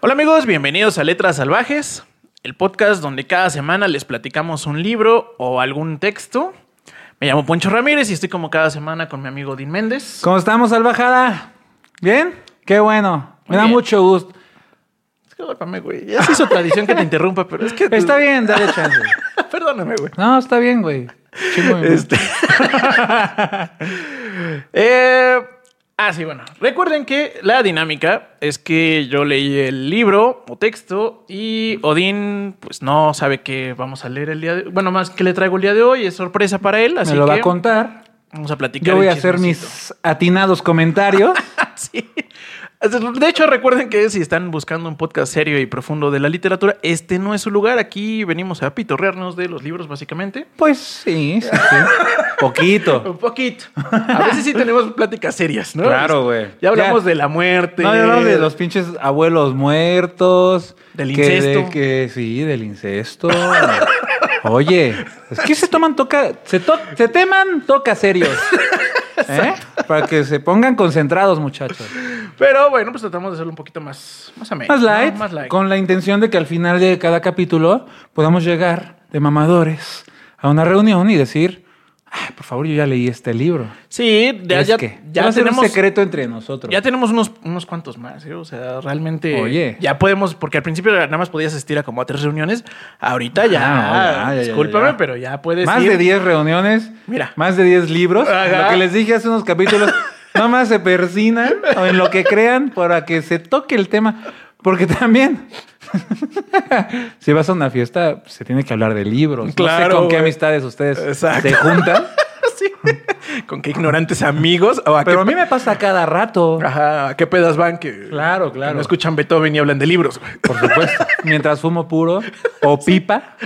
Hola amigos, bienvenidos a Letras Salvajes, el podcast donde cada semana les platicamos un libro o algún texto. Me llamo Poncho Ramírez y estoy como cada semana con mi amigo Din Méndez. ¿Cómo estamos, salvajada? ¿Bien? Qué bueno. Me Muy da bien. mucho gusto. Es que golpame, güey. Ya se hizo tradición que te interrumpa, pero es que... Está bien, dale chance. Perdóname, güey. No, está bien, güey. Chingo mi madre. Este. Eh, ah, sí, bueno. Recuerden que la dinámica es que yo leí el libro o texto y Odín, pues no sabe qué vamos a leer el día de Bueno, más que le traigo el día de hoy, es sorpresa para él. Así Me lo va que a contar. vamos a platicar. Yo el voy a hacer chismecito. mis atinados comentarios. Sí. De hecho, recuerden que si están buscando un podcast serio y profundo de la literatura, este no es su lugar. Aquí venimos a pitorrearnos de los libros, básicamente. Pues sí, sí, sí. Poquito. Un poquito. A veces sí tenemos pláticas serias, ¿no? Claro, güey. Ya hablamos Ya. de la muerte. No, no, no, de los pinches abuelos muertos. Del que de- incesto. que, sí, del incesto. Oye, es que se toman toca, se, to- se teman toca serios. ¿Eh? Para que se pongan concentrados, muchachos. Pero bueno, pues tratamos de hacerlo un poquito más, más ameno. Más ¿no? light, Más light. con la intención de que al final de cada capítulo podamos llegar de mamadores a una reunión y decir, "Ay, por favor, yo ya leí este libro. Sí, ya, Es ya, que ya va a ser tenemos. un secreto entre nosotros. Ya tenemos unos, unos cuantos más, ¿eh? O sea, realmente. Oye. Ya podemos, porque al principio nada más podías asistir a como a tres reuniones. Ahorita ya. Ah, ya, ya, ya, discúlpame, ya. pero ya puedes. Más ir. de 10 reuniones. Mira. Más de 10 libros. Ajá. Lo que les dije hace unos capítulos. nomás se persinan o en lo que crean para que se toque el tema. Porque también, si vas a una fiesta, se tiene que hablar de libros. no sé Claro, con qué güey. amistades ustedes Exacto. se juntan. Sí. Con qué ignorantes amigos. O a Pero qué, a mí me pasa cada rato. Ajá, ¿a qué pedas van que. Claro, claro. que no escuchan Beethoven y hablan de libros, güey. Por supuesto. Mientras fumo puro o pipa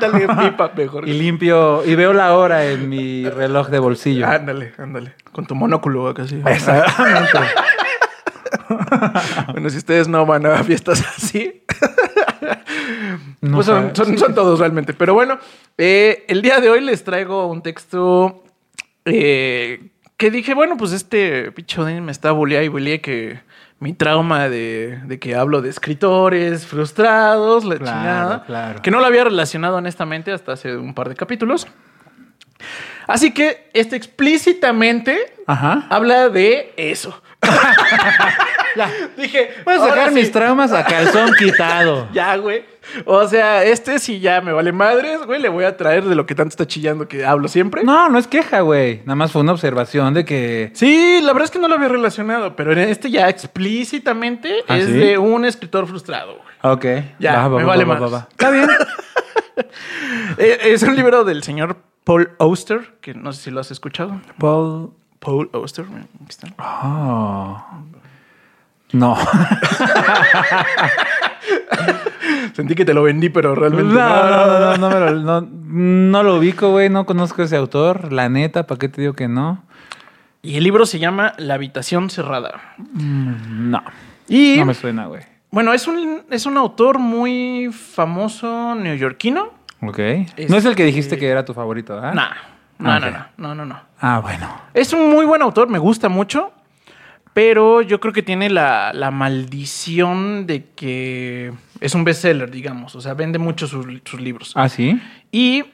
Dale pipa mejor. y limpio y veo la hora en mi reloj de bolsillo. Ándale, ándale. Con tu monóculo acá sí. Exactamente. Bueno, si ustedes no van a fiestas así, No pues son, sabes. son- son todos realmente. Pero bueno, eh, el día de hoy les traigo un texto eh, que dije, bueno, pues este picho de me está bulea y bulea que mi trauma de, de que hablo de escritores frustrados, la Claro, chingada, claro. que no lo había relacionado honestamente hasta hace un par de capítulos. Así que este explícitamente Ajá. habla de eso. Ya. Dije, Voy a sacar ahora sí. mis traumas a calzón quitado. Ya, güey. O sea, este sí ya me vale madres, güey. Le voy a traer de lo que tanto está chillando que hablo siempre. No, no es queja, güey. Nada más fue una observación de que. Sí, la verdad es que no lo había relacionado, pero en este ya explícitamente ¿Ah, es sí? de un escritor frustrado. güey. ah, Ok. Ya, me vale madres. Está bien. Eh, Es un libro del señor Paul Oster, que no sé si lo has escuchado. Paul. Paul Oster, mira, aquí está. Ah. Oh. No. Sentí que te lo vendí, pero No, realmente no, no, no, no me lo, no, no lo ubico, güey. No conozco ese autor. La neta, ¿para qué te digo que no? Y el libro se llama La habitación cerrada. No. Y No me suena, güey. bueno, es un, es un autor muy famoso neoyorquino. Ok. No es el que dijiste que era tu favorito, ¿ah? Nah, no, Ah, no, ok. no, no, no, no. Ah, bueno. Es un muy buen autor, me gusta mucho, pero yo creo que tiene la, la maldición de que es un bestseller, digamos, o sea, vende mucho sus, sus libros. Ah, sí. Y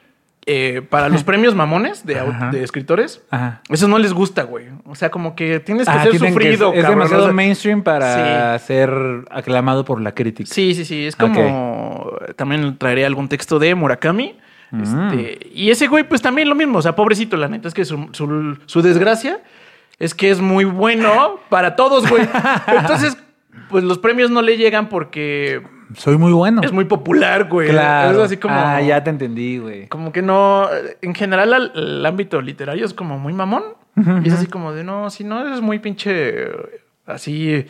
eh, para los premios mamones de, au- Ajá. de escritores, Ajá. eso no les gusta, güey. O sea, como que tienes que Ah, ser tienen que- sufrido, es cabrón, demasiado o sea, mainstream para ser aclamado por la crítica. Sí, sí, sí. Es como. También traeré algún texto de Murakami. Mm. Este, y ese güey, pues también lo mismo. O sea, pobrecito, la neta. Es que su, su- su desgracia es que es muy bueno para todos, güey. Entonces, pues los premios no le llegan porque Soy muy bueno. es muy popular, güey. Claro. Es así como. Ah, ya te entendí, güey. Como que no. En general, al- el ámbito literario es como muy mamón. Y es así como de no, si no eres muy pinche. Así.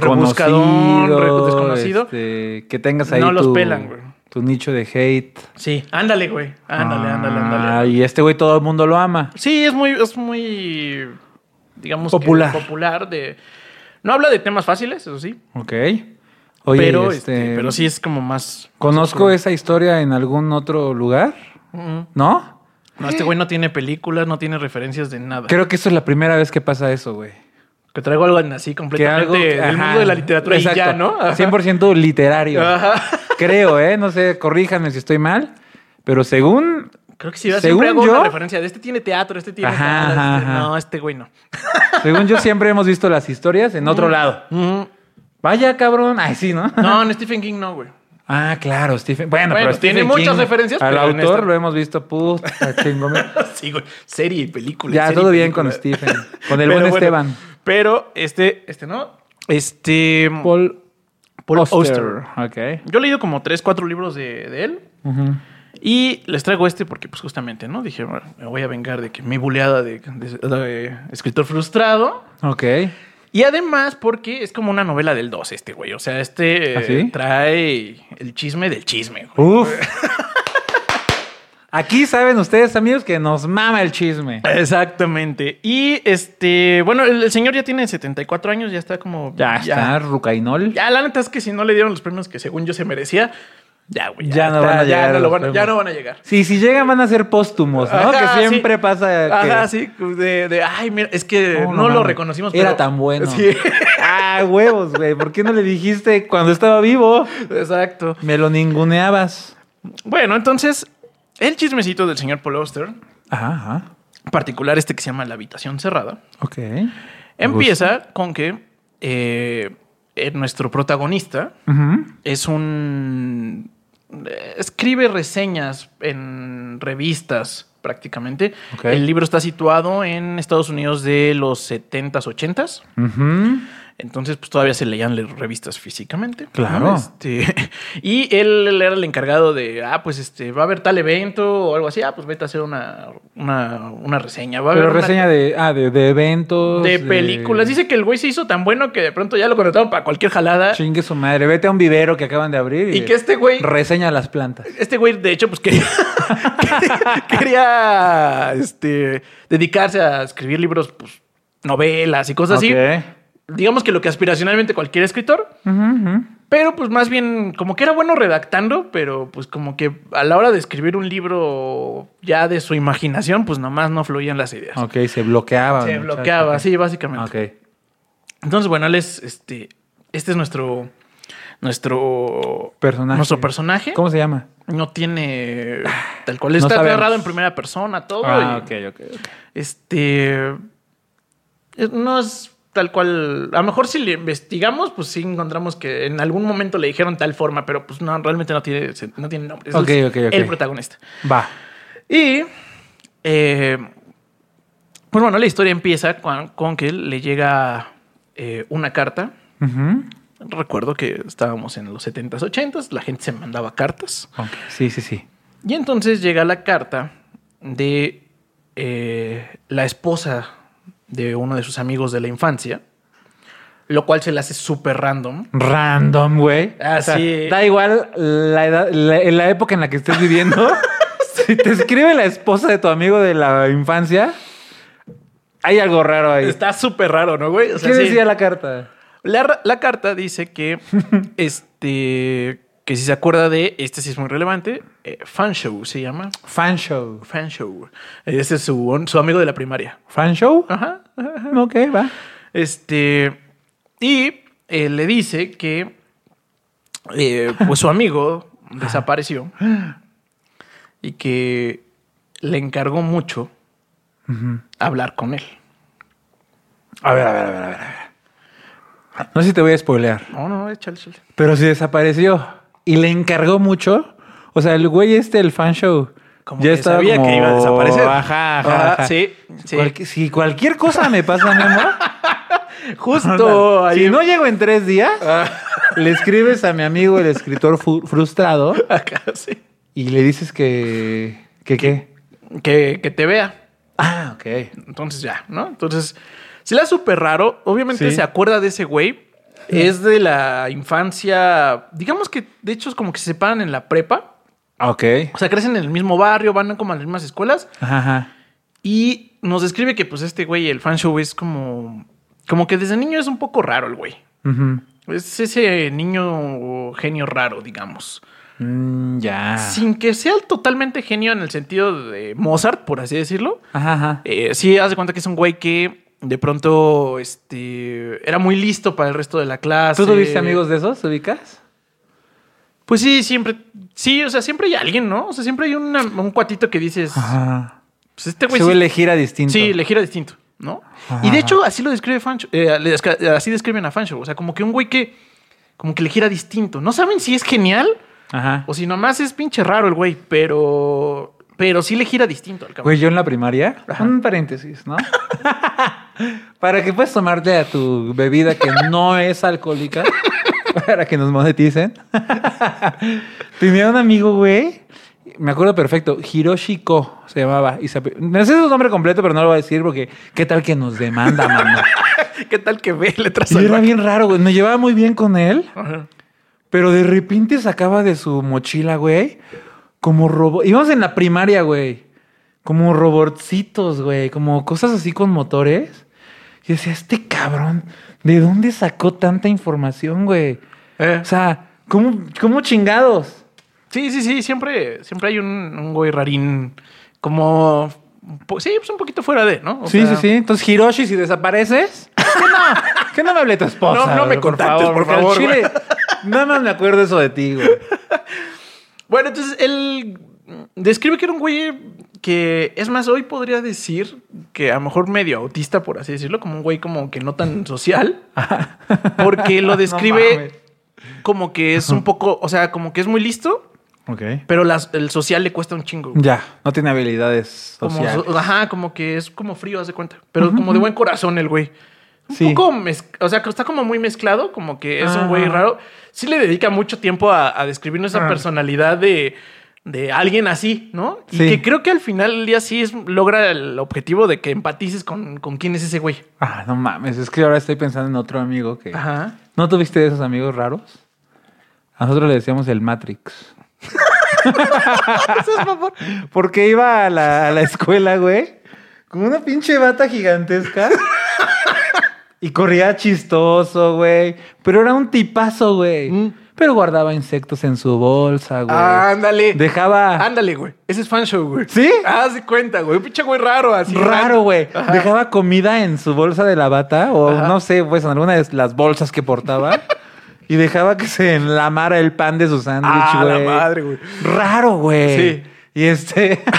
Como rebuscadón, re- desconocido. este, que tengas ahí No los tu, pelan, güey. tu nicho de hate. Sí, ándale, güey. Ándale, ándale, Ah, ándale. y este güey todo el mundo lo ama. Sí, es muy, es muy, digamos, que Popular. popular de... No habla de temas fáciles, eso sí. Ok. Oye, pero, este, este, pero sí es como más... ¿Conozco e- esa historia en algún otro lugar? Mm. ¿No? No, este güey no tiene películas, no tiene referencias de nada. Creo que esto es la primera vez que pasa eso, güey. Que traigo algo así completamente del ajá, mundo de la literatura y exacto, ya, ¿no? Ajá. 100% literario. Ajá. Creo, ¿eh? No sé, corríjanme si estoy mal. Pero según... Creo que si yo Según siempre hago yo- una referencia de este tiene teatro, este tiene Ajá, tal, ajá, este- ajá. No, este güey no. Según yo siempre hemos visto las historias en otro lado. Mm. Vaya, cabrón. Ay, sí, ¿no? No, en Stephen King no, güey. Ah, claro, Stephen. Bueno, Bueno, pero Stephen tiene muchas King, referencias, Al pero en autor esta- lo hemos visto, puta, chingón. sí, güey. Serie y película. Ya, serie y todo bien con película. Stephen. Con Pero el buen bueno, Esteban. Pero este, este no. Este. Paul, Paul Auster. Auster. Ok. Yo he leído como tres, cuatro libros de, de él. Ujú. Y les traigo este porque, pues, justamente, ¿no? Dije, bueno, me voy a vengar de que mi buleada de, de- de escritor frustrado. Ok. Y además porque es como una novela del 2 este güey. O sea, este eh, ¿Ah, sí? trae el chisme del chisme. güey. Uf. Aquí saben ustedes, amigos, que nos mama el chisme. Exactamente. Y este, bueno, el, el señor ya tiene 74 años, ya está como... Ya está, Rucainol. Ya, la neta es que si no le dieron los premios que según yo se merecía, ya, güey. Ya no van a llegar Ya no, a lo los van, ya premios. no van a llegar. Sí, si llegan van a ser póstumos, ¿no? Ajá, que siempre sí. pasa. que- Ajá, sí, de, de, ay, mira, es que No, no, no lo mames. reconocimos. Era pero- tan bueno. Sí, Ah, huevos, güey. ¿Por qué no le dijiste cuando estaba vivo? exacto. Me lo ninguneabas. Bueno, entonces, el chismecito del señor Paul Auster, Ajá, ajá. en particular este que se llama La Habitación Cerrada, Ok. empieza con que eh, eh, nuestro protagonista es un... eh, Escribe reseñas en revistas prácticamente. Ok. El libro está situado en Estados Unidos de los 70s, 80s. Entonces, pues todavía se leían le- revistas físicamente. ¿no? Claro. Este, y él era el encargado de, ah, pues este, va a haber tal evento o algo así, ah, pues vete a hacer una, una, una reseña. Va a Pero haber una- reseña de, ah, de, de eventos. de películas. Dice que el güey se hizo tan bueno que de pronto ya lo contrataron para cualquier jalada. Chingue su madre. Vete a un vivero que acaban de abrir. Y que este güey, Reseña las plantas. este güey, de hecho, pues quería, quería este, dedicarse a escribir libros, pues, novelas y cosas así. Ok. Digamos que lo que aspiracionalmente cualquier escritor. Ujú, ujú. Pero pues más bien, como que era bueno redactando, pero pues como que a la hora de escribir un libro ya de su imaginación, pues nomás no fluían las ideas. Ok, se bloqueaba. Se muchacho. bloqueaba, sí, básicamente. Ok. Entonces, bueno, él es, este, este es nuestro, nuestro Personaje. Nuestro personaje. ¿Cómo se llama? No tiene, tal cual, No está sabemos. agarrado en primera persona, todo. Ah, y, ok, ok, ok. Este, es- no es tal cual, a lo mejor si le investigamos, pues sí encontramos que en algún momento le dijeron tal forma, pero pues no, realmente no tiene, no tiene nombre. Es Ok, el- ok, ok. el protagonista. Va. Y, eh, pues bueno, la historia empieza con, con que le llega eh, una carta. Ujú. Recuerdo que estábamos en los 70s, 80s, la gente se mandaba cartas. Ok, Sí, sí, sí. Y entonces llega la carta de eh, la esposa de uno de sus amigos de la infancia, lo cual se le hace súper random. Random, güey. Ah, sí. Da igual la edad, la, la época en la que estés viviendo. Si te escribe la esposa de tu amigo de la infancia, hay algo raro ahí. Está súper raro, ¿no, güey? O sea, ¿Qué sí. decía la carta? La, ra- la carta dice que, este, que si se acuerda de, este sí es muy relevante, eh, Fan Show se llama. Fan show. Fan Show. Ese es su, su amigo de la primaria. ¿Fan show? Ajá. Ok, va. Este. Y eh, le dice que. eh, pues su amigo desapareció. Y que le encargó mucho hablar con él. A ver, a ver, a ver, a ver, a ver. No sé si te voy a spoilear, No, no, échale, échale. pero si desapareció y le encargó mucho, o sea, el güey este, el fan show, Como que sabía como- que iba a desaparecer. Ajá, ajá, Ajá, ajá. sí, sí. Cualqui- si cualquier cosa me pasa, mi amor, Justo ahí. Si no llego en Ah. tres días, le escribes a mi amigo el escritor fu- frustrado Acá, sí. y le dices que... ¿Que qué? Que, que te vea. Ah, ok. Entonces ya, ¿no? Entonces, se le da súper raro. Obviamente Sí. se acuerda de ese güey. Es de la infancia. Digamos que, de hecho, es como que se separan en la prepa. Ah, Ok. O sea, crecen en el mismo barrio, van como a las mismas escuelas. Ajá, ajá. Y nos describe que, pues, este güey, el fan show, es como. Como que desde niño es un poco raro el güey. Ujú. Es ese niño genio raro, digamos. Mm, ya. Sin que sea totalmente genio en el sentido de Mozart, por así decirlo. Ajá, ajá. Eh, sí, haz de cuenta que es un güey que de pronto este, era muy listo para el resto de la clase. ¿Tú tuviste amigos de esos? ¿Ubicas? Pues sí, siempre. Sí, o sea, siempre hay alguien, ¿no? O sea, siempre hay una- un cuatito que dices. Ajá. Pues este güey. Se sí- elegir a distinto. Sí, le gira distinto, ¿no? Ajá. Y de hecho, así lo describe Fancho, eh, le desca- así describen a Fancho. O sea, como que un güey que. Como que le gira distinto. No saben si es genial Ajá. o si nomás es pinche raro el güey, pero. Pero sí le gira distinto al cabrón. Güey, yo en la primaria, un paréntesis, ¿no? para que puedas tomarte a tu bebida que no es alcohólica, para que nos moneticen. Tenía un amigo, güey, me acuerdo perfecto, Hiroshi Ko se llamaba. Y se ape- no sé su nombre completo, pero no lo voy a decir porque qué tal que nos demanda, mano. ¿Qué tal que ve letras Y era salvajes? bien raro, güey. Me llevaba muy bien con él. Ajá. Pero de repente sacaba de su mochila, güey, como robot. Íbamos en la primaria, güey. Como robotcitos, güey. Como cosas así con motores. Y decía, este cabrón, ¿de dónde sacó tanta información, güey? Eh, O sea, ¿cómo, cómo chingados? sí, sí, sí. Siempre, siempre hay un, un güey rarín. Como. un po- Sí, pues un poquito fuera de, ¿no? O sí, sea, sí, sí. Entonces, Hiroshi, si desapareces, ¿qué no? ¿Qué no me hable tu No, esposa? no me güey, contactes, por porque al favor, güey. Chile, nada más me acuerdo eso de ti, güey. Bueno, entonces él describe que era un güey que, es más, hoy podría decir que a lo mejor medio autista, por así decirlo, como un güey como que no tan social, porque lo No describe mames. como que es un poco, o sea, como que es muy listo, ok. pero las- el social le cuesta un chingo. güey. Ya, no tiene habilidades Como, sociales. so- ajá, como que es como frío, haz de cuenta, pero como de buen corazón el güey. Un Sí. poco, mez- o sea, que está como muy mezclado, como que es un Ah. güey raro. Sí le dedica mucho tiempo a, a describirnos esa Ah. personalidad de, de alguien así, ¿no? Y Sí. que creo que al final del día sí es, logra el objetivo de que empatices con, con quién es ese güey. Ah, no mames, es que ahora estoy pensando en otro amigo que... Ajá. ¿No tuviste de esos amigos raros? A nosotros le decíamos el Matrix. Ah. Porque iba a la, a la escuela, güey, con una pinche bata gigantesca. Y corría chistoso, güey. Pero era un tipazo, güey. Mm. Pero guardaba insectos en su bolsa, güey. Ándale. Dejaba... Ándale, güey. Ese es fan show, güey. ¿Sí? Haz de cuenta, güey. Un pinche güey raro, así. Raro, güey. Ajá. Dejaba comida en su bolsa de la bata o Ajá. no sé, pues en alguna de las bolsas que portaba. y dejaba que se enlamara el pan de su sándwich, Ah, la güey. madre, güey. Raro, güey. Sí. Y este.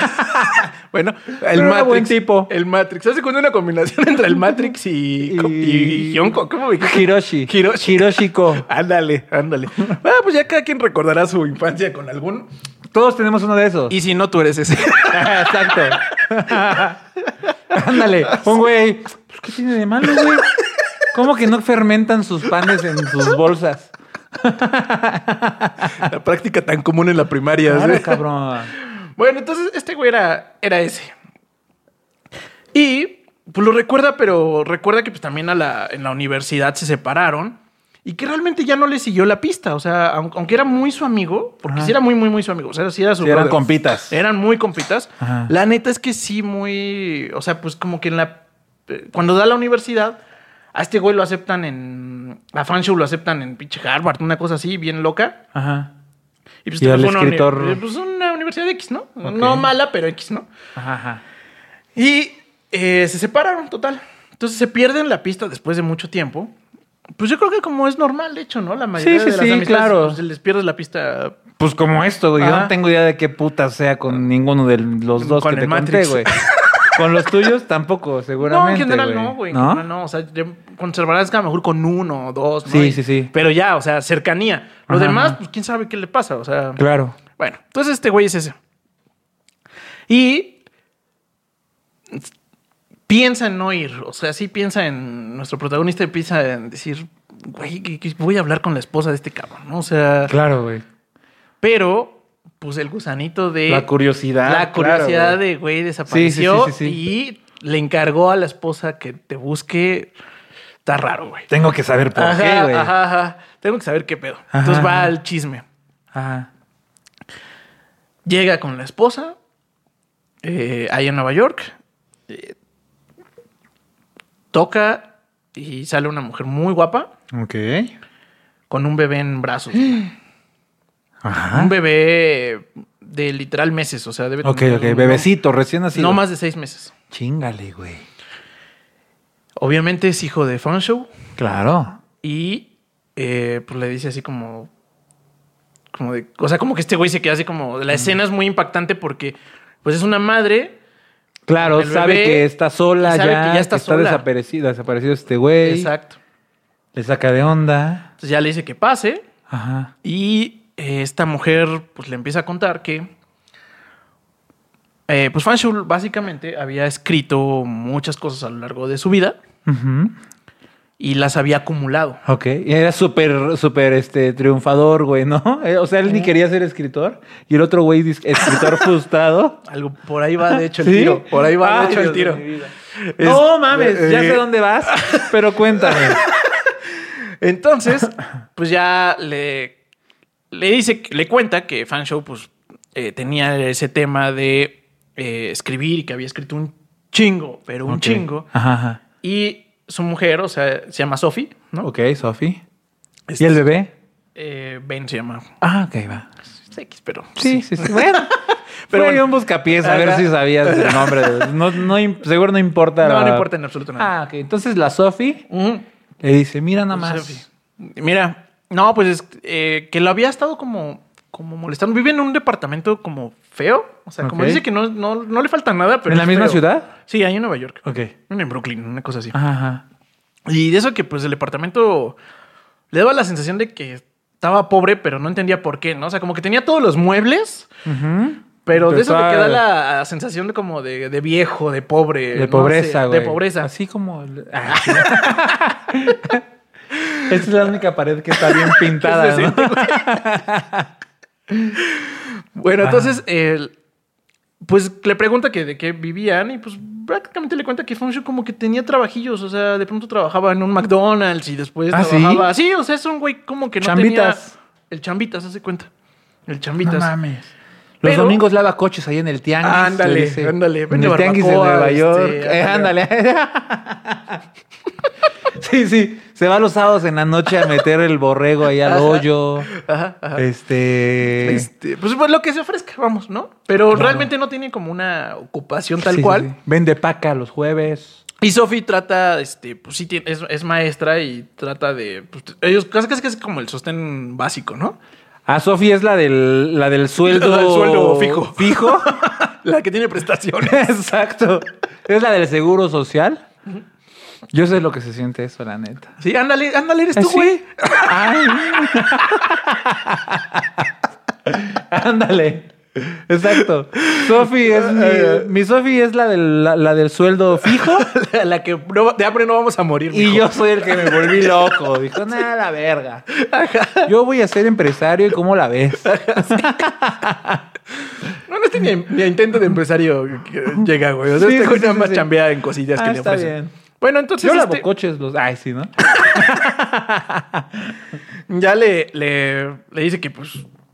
Bueno, el Pero era Matrix. buen tipo. El Matrix. Hace cuando una combinación entre el Matrix y. Y- y Yonko. ¿Cómo me Hiroshi. Hiroshi. Hiroshiko. Ándale, ándale. Ah, pues ya cada quien recordará su infancia con algún. Todos tenemos uno de esos. Y si no, tú eres ese. Exacto. Ándale, un güey. Pues, ¿Qué tiene de malo, güey? ¿Cómo que no fermentan sus panes en sus bolsas? La práctica tan común en la primaria. Claro, ¿sí? cabrón. Bueno, entonces este güey era, era ese. Y pues lo recuerda, pero recuerda que pues también a la, en la universidad se separaron y que realmente ya no le siguió la pista. O sea, aun- aunque era muy su amigo, porque Ajá. sí era muy, muy, muy su amigo. O sea, sí era su Sí, eran brother. compitas. Eran muy compitas. Ajá. La neta es que sí, muy. O sea, pues como que en la. eh, Cuando da la universidad, a este güey lo aceptan en. A Fanshow lo aceptan en pinche Harvard, una cosa así, bien loca. Ajá. Y pues, Y pues, al fue una uni- escritor- eh, pues, una universidad X, ¿no? Ok. No mala, pero X, ¿no? Ajá, ajá. Y eh, se separaron, total. Entonces se pierden la pista después de mucho tiempo. Pues yo creo que como es normal, de hecho, ¿no? La mayoría sí, de las sí, amistades, claro. pues, se les pierde la pista Pues como esto, güey. Ah. Yo Ajá. no tengo idea de qué puta sea con ninguno de los dos Con que el te Matrix. conté, güey. Con los tuyos tampoco, seguramente. No, en general güey. no, güey. En ¿No? general no. O sea, ya conservarás que a lo mejor con uno o dos. ¿no? Sí, Y- sí, sí. Pero ya, o sea, cercanía. Lo Ajá, demás, ajá. pues quién sabe qué le pasa. O sea, Claro. bueno, entonces este güey es ese. Y piensa en no ir. O sea, sí piensa en nuestro protagonista y piensa en decir, güey, que- que voy a hablar con la esposa de este cabrón. ¿no? O sea, Claro, güey. pero pues el gusanito de Eh, La curiosidad. la curiosidad de güey desapareció Sí, sí, sí, y le encargó a la esposa que te busque. Está raro, güey. Tengo que saber por qué, Ajá, güey. Ajá. ajá, ajá. Tengo que saber qué pedo. Ajá. Entonces va al chisme. Llega con la esposa eh, ahí en Nueva York. eh, toca y sale una mujer muy guapa Ok. con un bebé en brazos. Ajá. Un bebé de literal meses. O sea, debe Ah. Ok, tener ok. un- Bebecito, recién nacido. No más de seis meses. Chingale, güey. Obviamente es hijo de Fanshow Claro. y eh, pues le dice así como... como de, o sea, como que este güey se queda así como... La escena es muy impactante porque pues es una madre Claro, El sabe bebé que está sola sabe ya, que ya está sola. desaparecido, desaparecido este güey. Exacto. Le saca de onda. Entonces ya le dice que pase Ajá. y eh, esta mujer pues le empieza a contar que eh, pues Fanshul básicamente había escrito muchas cosas a lo largo de su vida Ujú. y las había acumulado. Ok. Y era súper, súper este, triunfador, güey, ¿no? Eh, O sea, Ah. él ni quería ser escritor. Y el otro güey, dis- escritor frustrado. Algo por ahí va de hecho el ¿Sí? tiro, por ahí va Ay, de hecho el Dios tiro. de mi vida. no mames, ya eh, sé dónde vas, pero cuéntame. Entonces, pues ya le, le dice, le cuenta que Fanshow pues eh, tenía ese tema de eh, escribir y que había escrito un chingo, pero un Ok. chingo. Ajá, ajá. Y su mujer, o sea, se llama Sophie, ¿no? Ok, Sofi. Este, ¿Y el bebé? eh, ben se llama. Ah, ok, va. Es X, pero. Sí, sí, sí. Bueno. Pero Pero bueno. un buscapiés a ver Ajá. si sabías el nombre. de- No, no, im- seguro no importa. No, la- no importa en absoluto nada. Ah, ok. Entonces la Sofi Ujú. le dice, mira nada más. Sophie. Mira, no, pues es eh, que lo había estado como, como molestando. Vive en un departamento como feo. O sea, como Ok. dice que no, no, no le falta nada, pero. ¿En la es misma feo. ciudad? Sí, ahí en Nueva York. Ok. En Brooklyn, una cosa así. Ajá. Y de eso que, pues, el departamento le daba la sensación de que estaba pobre, pero no entendía por qué, ¿no? O sea, como que tenía todos los muebles, Ujú. pero de eso le Total. queda la la sensación de como de, de viejo, de pobre. Eh, De no pobreza, sé, güey. de pobreza. Así como. el- Ah, sí. Esta es la única pared que está bien pintada. Sí, sí, ¿no? Bueno, entonces, el- pues le pregunta que de qué vivían y pues prácticamente le cuenta que Function como que tenía trabajillos, o sea, de pronto trabajaba en un McDonald's y después ¿Ah, sí? trabajaba... Sí, o sea, es un güey como que no Chambitas. tenía... El chambitas, hace cuenta. El No chambitas. mames. Los Pero- domingos lava coches ahí en el tianguis. Ándale, le dice. ándale, En vende el tianguis de barbacoa, Nueva York. este, Eh, ándale. sí, sí. Se va los sábados en la noche a meter el borrego ahí al Ajá. hoyo. Ajá, ajá. Este. Este, pues, pues, lo que se ofrezca, vamos, ¿no? Pero Claro. realmente no tiene como una ocupación sí, tal sí, cual. sí. Vende paca los jueves. Y Sophie trata, este, pues sí, tiene- es, es maestra y trata de. pues, ellos casi casi que es como el sostén básico, ¿no? Ah, Sofi es la del, la del sueldo. La del sueldo fijo. Fijo. La que tiene prestaciones. Exacto. Es la del seguro social. Yo sé lo que se siente eso, la neta. Sí, ándale, ándale, eres tú, ¿Ah, ¿Sí? güey. Ay. Ándale. Exacto. Sofi es mi, mi Sofi es la del, la, la del sueldo fijo La, la que no, de hambre no vamos a morir. y mijo. yo soy el que me volví loco. Dijo, nada, la verga. Yo voy a ser empresario y cómo la ves. Ah, No, no estoy ni, ni a intento de empresario que- que llega, güey. O sea, Sí, este sí, güey sí, nada sí, más sí. chambea en cosillas Ah, que le está ofrecen. bien. Bueno, entonces. Yo lavo este, coches los. Ay, sí, ¿no? ya le, le, le dice que pues,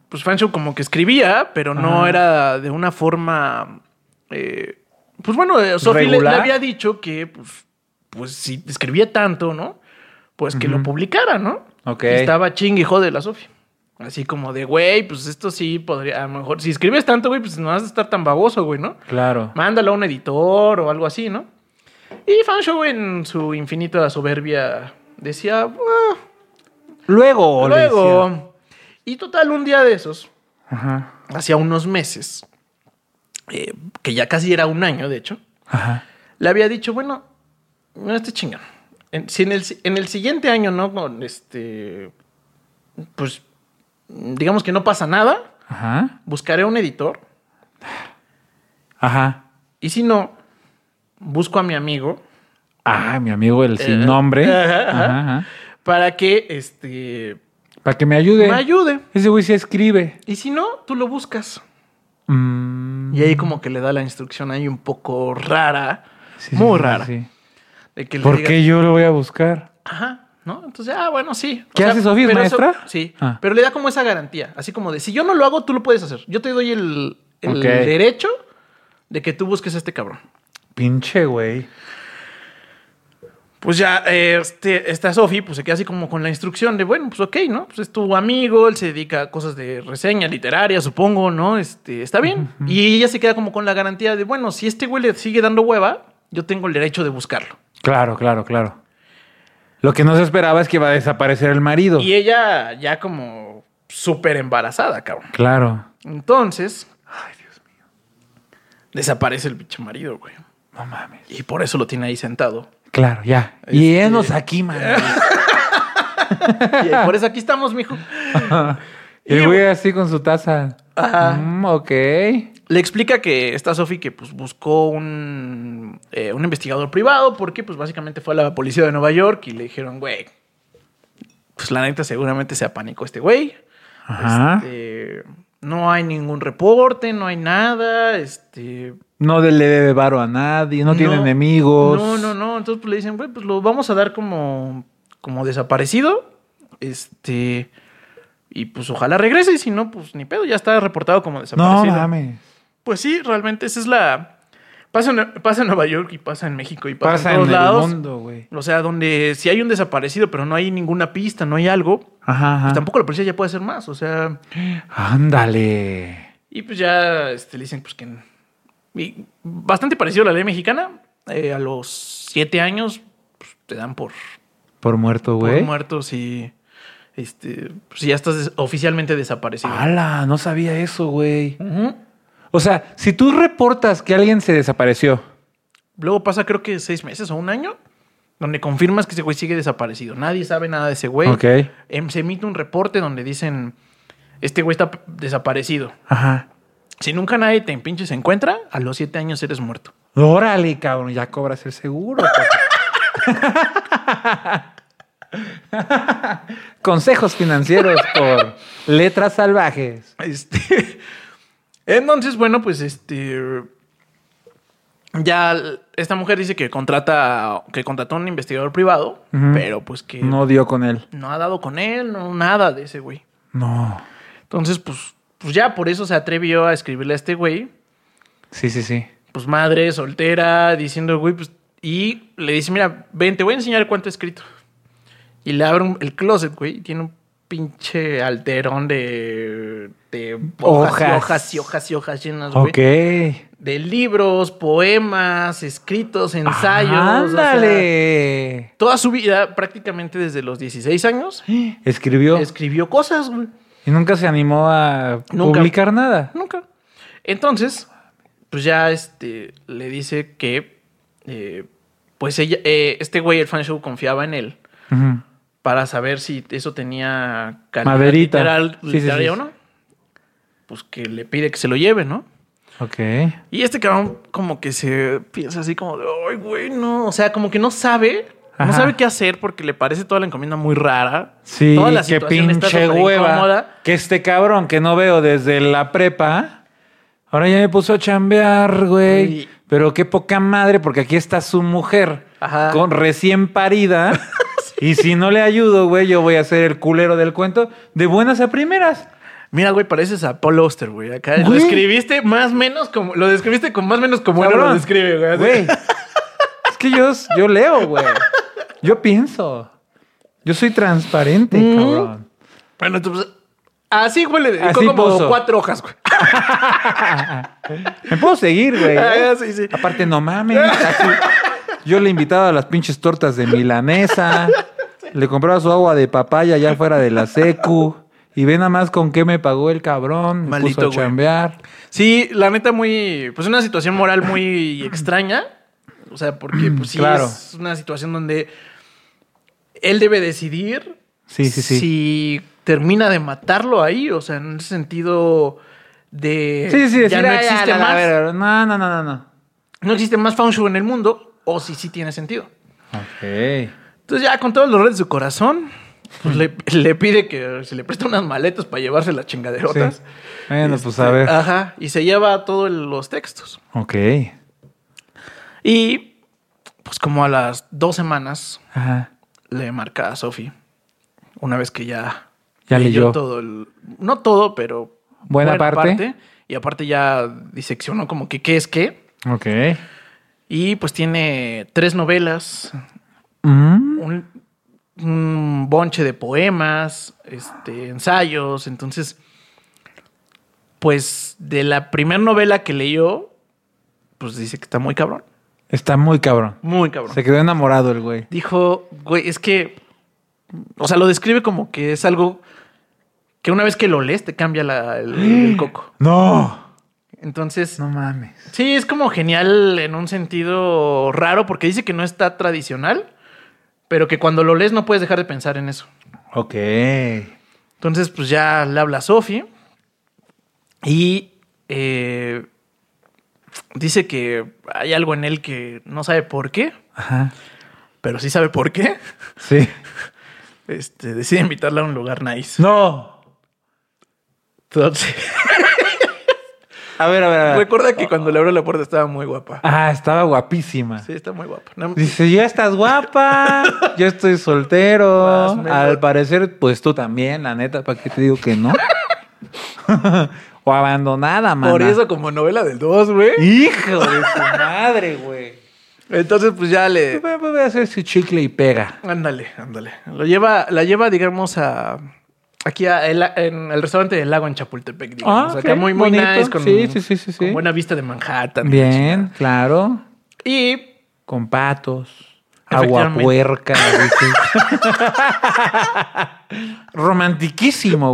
pues Fanshow como que escribía, pero no Ajá. era de una forma... eh, pues bueno, eh, Sophie le- le, ¿Regular? había dicho que pues, pues si escribía tanto, ¿no? Pues que lo publicara, ¿no? Ok. Y estaba chingue y jode la Sofía. Así como de, güey, pues esto sí podría, a lo mejor, si escribes tanto, güey, pues no vas a estar tan baboso, güey, ¿no? Claro. Mándalo a un editor o algo así, ¿no? Y Fanshow en su infinita soberbia decía, "Ah, Luego. le decía. Luego, y total, un día de esos, Ajá. hacía unos meses, eh, que ya casi era un año, de hecho, Ajá. le había dicho, bueno, no esté chingando. En, si en el, si- en el siguiente año, ¿no? Con este, pues, digamos que no pasa nada, Ajá. buscaré un editor. Ajá. Y si no, busco a mi amigo Ah, mi amigo el sin Eh, nombre. ajá, ajá. Ajá, ajá. para que, este, Para que me ayude. me ayude. Ese güey sí escribe. Y si no, tú lo buscas. Mm, Y ahí como que le da la instrucción ahí un poco rara, sí, muy sí, rara. sí. De que le ¿Por diga- qué yo lo voy a buscar? Ajá, ¿no? Entonces, ah, bueno, sí. O ¿Qué hace Sofía, es pero eso- maestra? sí, Ah. pero le da como esa garantía, así como de, si yo no lo hago, tú lo puedes hacer. Yo te doy el, el Ok. derecho de que tú busques a este cabrón. Pinche güey. Pues ya, eh, este, esta Sofi pues se queda así como con la instrucción de, bueno, pues ok, ¿no? Pues es tu amigo, él se dedica a cosas de reseña literaria, supongo, ¿no? Este, está bien. Y ella se queda como con la garantía de, bueno, si este güey le sigue dando hueva, yo tengo el derecho de buscarlo. Claro, claro, claro. Lo que no se esperaba es que iba a desaparecer el marido. Y ella ya como súper embarazada, cabrón. Claro. Entonces, Ay, Dios mío. desaparece el bicho marido, güey. No mames. Y por eso lo tiene ahí sentado. Claro, ya. Y Este- enos aquí, man. Y por eso aquí estamos, mijo. y Y- el güey así con su taza. Ajá. Mm, ok. Le explica que está Sophie que pues buscó un, eh, un investigador privado porque pues básicamente fue a la policía de Nueva York y le dijeron, güey, pues la neta seguramente se apanicó este güey. Ajá. Este, no hay ningún reporte, no hay nada, este... No de- le debe varo a nadie, no, tiene enemigos. No, no, no. Entonces pues, le dicen, güey, pues lo vamos a dar como, como desaparecido. Este... Y pues ojalá regrese y si no, pues ni pedo, ya está reportado como No desaparecido. mames. Pues sí, realmente esa es la... Pasa en, pasa en Nueva York y pasa en México y pasa, Pasa en en todos el lados. mundo, güey. O sea, donde si hay un desaparecido pero no hay ninguna pista, no hay algo, Ajá, pues ajá. tampoco la policía ya puede hacer más. O sea, Ándale. y pues ya este, le dicen pues que... y bastante parecido a la ley mexicana. eh, a los siete años pues, te dan por, Por muerto, por güey. muerto si, este, si ya estás des- oficialmente desaparecido. Ala, no sabía eso, güey. Ujú. O sea, si tú reportas que alguien se desapareció, Luego pasa creo que seis meses o un año, donde confirmas que ese güey sigue desaparecido. Nadie sabe nada de ese güey. Ok. Em, Se emite un reporte donde dicen, este güey está p- desaparecido. ajá. Si nunca nadie te pinche se encuentra, a los siete años eres muerto. Órale, cabrón, ya cobras el seguro. cabrón. Consejos financieros por letras salvajes. Este, Entonces, bueno, pues este... Ya l- esta mujer dice que contrata, que contrató a un investigador privado, Ujú. pero pues que no. No dio con él. ha dado con él, no nada de ese güey. No. Entonces, pues, pues ya por eso se atrevió a escribirle a este güey. Sí, sí, sí. pues madre, soltera, diciendo, güey, pues, y le dice, mira, ven, te voy a enseñar cuánto he escrito. Y le abre un- el closet, güey, y tiene un pinche alterón de, de hojas. y Hojas. hojas y hojas y hojas llenas, güey. Ok. De libros, poemas, escritos, ensayos. o sea, Ándale. toda su vida, prácticamente desde los 16 años, Escribió. escribió cosas, güey. Y nunca se animó a Nunca. publicar nada. Nunca. Entonces, pues ya este le dice que eh, pues ella, eh, este güey, el fan show, confiaba en él Ujú. para saber si eso tenía calidad Maderita. literal- Sí, sí, literaria sí. o no. Pues que le pide que se lo lleve, ¿no? Ok. Y este cabrón como que se piensa así como de, ay, güey, no. O sea, como que no sabe, no Ajá. sabe qué hacer porque le parece toda la encomienda muy rara. Sí, toda la qué situación está pinche súper hueva. incómoda. Que este cabrón que no veo desde la prepa, ahora ya me puso a chambear, güey. Sí. Pero qué poca madre, porque aquí está su mujer Ajá. con recién parida. Y si no le ayudo, güey, yo voy a ser el culero del cuento de buenas a primeras. Mira, güey, pareces a Paul Oster, güey. Acá lo Güey. escribiste más o menos como. Lo describiste con más o menos como él Cabrón. lo describe, güey. así. Güey, es que yo, yo leo, güey. Yo pienso. Yo soy transparente, Mm. cabrón. Bueno, entonces. Así, güey, le dedicó Así como puso. cuatro hojas, güey. Me puedo seguir, güey. ¿eh? Ah, sí, sí. Aparte, no mames. así. Yo le invitaba a las pinches tortas de milanesa. Le compraba su agua de papaya allá fuera de la secu. Y ve nada más con qué me pagó el cabrón. Me Maldito, puso a güey. chambear. Sí, la neta, muy. Pues una situación moral muy extraña. O sea, porque, pues sí, Claro. es una situación donde él debe decidir Sí, sí, sí. Sí, si termina de matarlo ahí. O sea, en ese sentido de. sí, sí. ya decir, no "Ay, existe ala, la más. verga". No, no, no, no, no. No existe más fanshu en el mundo. O si sí tiene sentido. Ok. Entonces ya con todo el dolor de su corazón, pues le, le pide que se le preste unas maletas para llevarse las chingaderotas. Sí. Bueno, pues a Este, ver. Ajá, y se lleva todos los textos. Ok. Y pues como a las dos semanas Ajá. le marca a Sophie, una vez que ya, Ya leyó. todo el... No todo, pero... Buena parte. Y aparte ya diseccionó como que qué es qué. Ok. Y pues tiene tres novelas, Mm. un, un bonche de poemas, este, ensayos. Entonces, pues de la primera novela que leyó, pues dice que está muy cabrón. Está muy cabrón. Muy cabrón. Se quedó enamorado el güey. Dijo, güey, es que. O sea, lo describe como que es algo que una vez que lo lees te cambia la- el, el coco. No. Entonces, No mames. sí, es como genial en un sentido raro porque dice que no está tradicional, pero que cuando lo lees no puedes dejar de pensar en eso. Ok. Entonces, pues ya le habla a Sophie y eh, dice que hay algo en él que no sabe por qué, Ajá. pero sí sabe por qué. Sí. Este, decide invitarla a un lugar nice. No. Entonces, A ver, a ver, a ver. recuerda que cuando le abrió la puerta estaba muy guapa. Ah, estaba guapísima. Sí, está muy guapa. No, Dice, ya estás guapa, yo estoy soltero. Más o menos. Al parecer, pues tú también, la neta, ¿para qué te digo que no? o abandonada, man. por eso como novela del 2, güey. Hijo de su madre, güey. Entonces, pues ya le... Voy a- Voy a hacer su chicle y pega. Ándale, ándale. Lo lleva, la lleva, digamos, a... Aquí a el- en el restaurante del lago en Chapultepec, digamos. Ah, Acá ok, muy, muy bonito. nice, con, Sí, sí, sí, sí, sí. con buena vista de Manhattan. Bien, claro. Y Con patos, agua Efectivamente. puerca. dice. Romantiquísimo,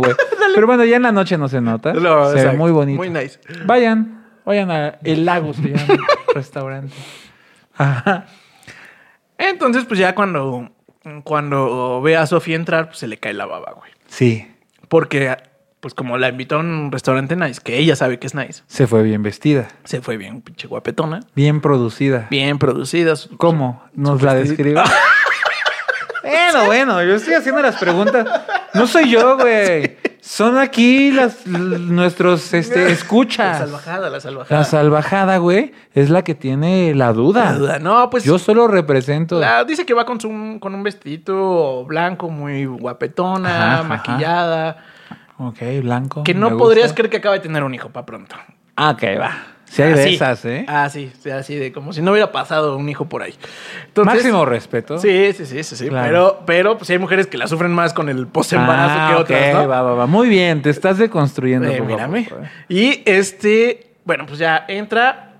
güey. Pero bueno, ya en la noche no se nota. No, se ve exacto. muy bonito. Muy nice. Vayan, vayan a El Lago, se llama el restaurante. Ajá. entonces, pues ya cuando, cuando ve a Sofía entrar, pues se le cae la baba, güey. Sí, Porque, pues como la invitó a un restaurante nice, que ella sabe que es nice, se fue bien vestida, se fue bien pinche guapetona, bien producida. bien producida. su- ¿Cómo? ¿Nos la describe? bueno, bueno, yo estoy haciendo las preguntas. No soy yo, güey. Son aquí las, l- nuestros este, La escuchas. salvajada, la salvajada. La salvajada, güey, es la que tiene la duda. La duda. No, pues Yo solo represento. la- dice que va con, su, con un vestidito blanco, muy guapetona, Ajá, ajá. maquillada. Ok, blanco. Que no me podrías gusta. creer que acaba de tener un hijo para pronto. Ah, ok, va. Si hay de Así. esas, ¿eh? Así, sí, así de como si no hubiera pasado un hijo por ahí. Entonces, Máximo respeto. Sí, sí, sí, sí, sí. Claro. Pero, pero pues, hay mujeres que la sufren más con el posembarazo Ah, que ok, otras, ¿no? va, va, va. Muy bien, te estás deconstruyendo. Eh, poco a mírame. poco, eh. Y este, bueno, pues ya entra.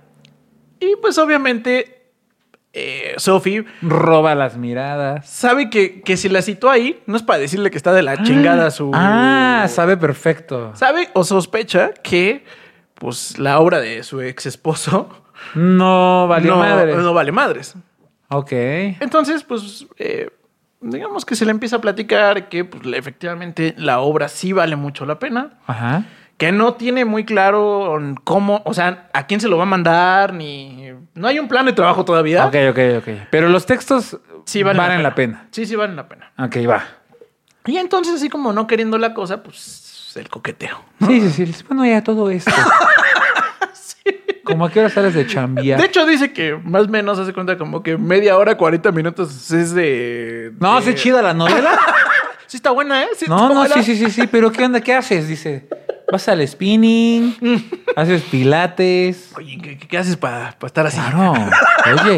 Y pues obviamente, eh, Sophie Roba las miradas. sabe que, que si la citó ahí, no es para decirle que está de la chingada su. Ah, sabe perfecto. Sabe o sospecha que, pues, la obra de su ex esposo No, valió no, madre. no vale madres. Ok. Entonces, pues, eh, digamos que se le empieza a platicar que pues, le- efectivamente la obra sí vale mucho la pena, Ajá. que no tiene muy claro en cómo, o sea, a quién se lo va a mandar, ni... No hay un plan de trabajo todavía. Ok, ok, ok. Pero los textos Sí valen, la pena. Sí, sí valen la pena. Ok, va. Y entonces, así como no queriendo la cosa, pues el coqueteo. Sí, sí, sí. Bueno, ya todo esto. Como a qué hora sales de chambear. De hecho, dice que más o menos hace cuenta como que media hora, 40 minutos es de... no, de- se chida la novela. Sí está buena, ¿eh? Sí No, está no, buena. sí, sí, sí, sí. Pero ¿qué onda? ¿Qué haces? Dice, vas al spinning, haces pilates. Oye, ¿qué, qué- qué haces para estar así? Claro. Oye.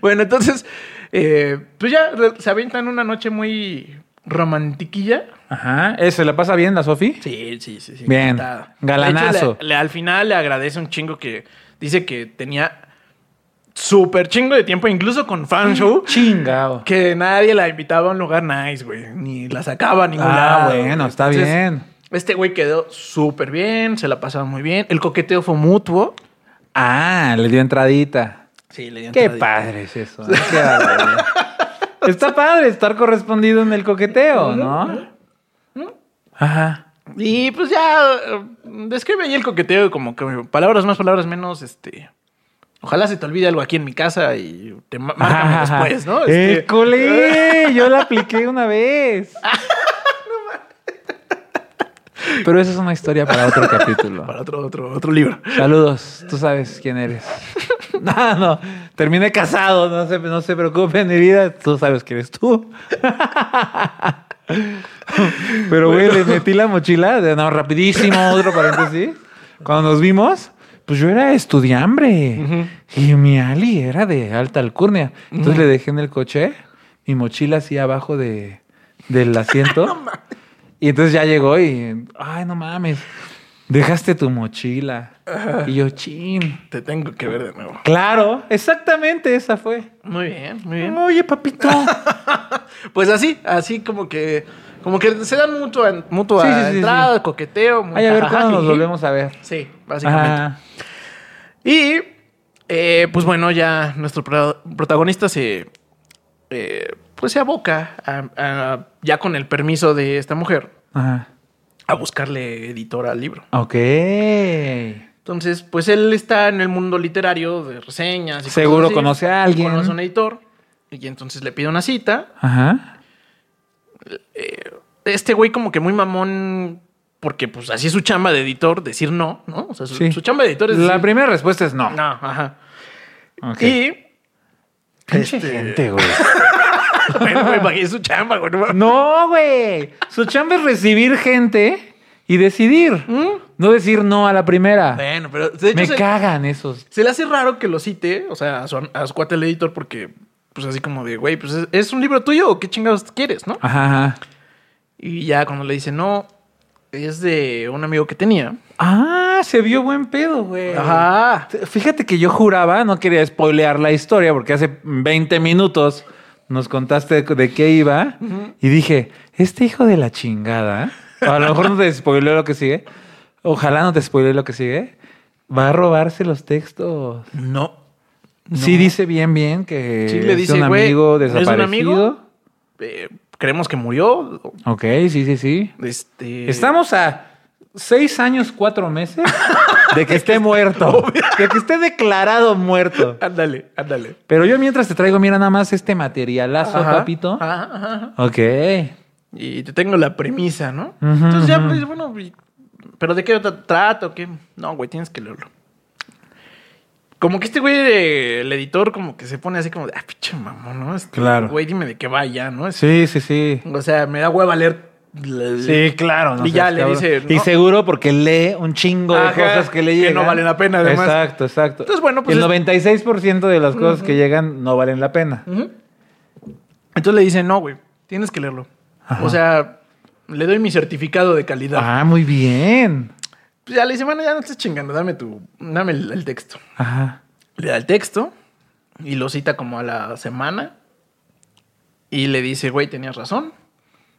Bueno, entonces, eh, pues ya re- se avientan una noche muy romantiquilla. Ajá. ¿Eh, ¿Se la pasa bien la Sofi? Sí, sí, sí. sí Bien. encantada. Galanazo. De hecho, le- le- al final le agradece un chingo que dice que tenía súper chingo de tiempo, incluso con Mm, fan show, Chingao. que nadie la invitaba a un lugar nice, güey. Ni la sacaba a ningún Ah, lado, bueno, güey. está Entonces, bien. Este güey quedó súper bien, se la pasaba muy bien. El coqueteo fue mutuo. Ah, le dio entradita. Sí, le dio Qué entradita. padre es eso. ¿eh? Qué barbaridad. Está padre estar correspondido en el coqueteo, ¿no? Ajá. Y pues ya eh, describe ahí el coqueteo como que palabras más, palabras menos, este. Ojalá se te olvide algo aquí en mi casa y te ma- márcame Ajá, Eh, ajá. después, ¿no? Este, ¡École! Yo la apliqué una vez. Pero esa es una historia para otro capítulo. Para otro, otro, otro libro. Saludos, tú sabes quién eres. No, no, terminé casado, no se, no se preocupen, mi vida, tú sabes quién eres tú. Pero, güey, le metí la mochila, de, no, rapidísimo, otro paréntesis. Cuando nos vimos, pues yo era estudiambre y mi Ali era de alta alcurnia. Entonces le dejé en el coche mi mochila así abajo de, del asiento. y entonces ya llegó y, ay, no mames. Dejaste tu mochila. Y yo, chin. Te tengo que ver de nuevo. Claro, exactamente esa fue. Muy bien, muy bien. Oye, papito. Pues así, así como que. Como que se dan mutua, mutua Sí, sí, sí, sí. entrada, coqueteo. mutua- Ay, a ver ajá, cuándo nos jiji. volvemos a ver. Sí, básicamente. Ajá. Y eh, pues bueno, ya nuestro pro- protagonista se. eh, pues se aboca a- a- ya con el permiso de esta mujer Ajá. a buscarle editora al libro. Ok. Entonces, pues él está en el mundo literario de reseñas. cosas Seguro así. conoce a alguien. Conoce a un editor. Y entonces le pide una cita. Ajá. Este güey como que muy mamón, porque pues así es su chamba de editor, decir no, ¿no? O sea, su, Sí. su chamba de editor es La decir primera respuesta es no. no, ajá. Ok. Y... Pinche este, gente, güey. bueno, güey, para que es su chamba, güey. No. No, güey. Su chamba es recibir gente y decidir. No decir no a la primera. Bueno, pero Mm. de hecho Me se, cagan esos. se le hace raro que lo cite, o sea, a su, a su cuate el editor, porque pues así como de, güey, pues ¿es, es un libro tuyo o qué chingados quieres, ¿no? Ajá. ajá. Y ya cuando le dice no, es de un amigo que tenía. Ah, se vio buen pedo, güey. Ajá. Fíjate que yo juraba, no quería spoilear la historia porque hace 20 minutos nos contaste de, de qué iba y dije, este hijo de la chingada, a lo mejor no te spoileó lo que sigue, ojalá no te spoileé lo que sigue, va a robarse los textos. No. Sí dice bien, bien que Sí, le es dice, un güey, amigo ¿es un desaparecido. amigo? Eh, creemos que murió. Ok, sí, sí, sí. Este. Estamos a seis años, cuatro meses de que esté muerto, de que esté declarado muerto. Ándale, ándale. Pero yo mientras te traigo, mira nada más este materialazo, Ajá, papito. ajá, ajá, ajá. Ok. Y te tengo la premisa, ¿no? Ujú, Entonces ya, ujú. pues, bueno, y- ¿pero de qué tra- trato? ¿Qué? No, güey, tienes que leerlo. Como que este güey, eh, el editor, como que se pone así como de, ah, pinche mamón, ¿no? Este, Claro. Güey, dime de qué va ya, ¿no? Es- Sí, sí, sí. O sea, me da hueva leer. la- Sí, claro. Y ya le cabrón. dice, Y ¿no? seguro porque lee un chingo Ajá, de cosas que le que llegan. no valen la pena, además. Exacto, exacto. Entonces, bueno, pues El es- 96% de las cosas que llegan no valen la pena. Ujú. Entonces le dicen, no, güey, tienes que leerlo. Ajá. O sea, le doy mi certificado de calidad. Ah, muy bien. Pues ya le dice, bueno, ya no estés chingando, dame tu, dame el, el texto. Ajá. Le da el texto y lo cita como a la semana. Y le dice, güey, tenías razón.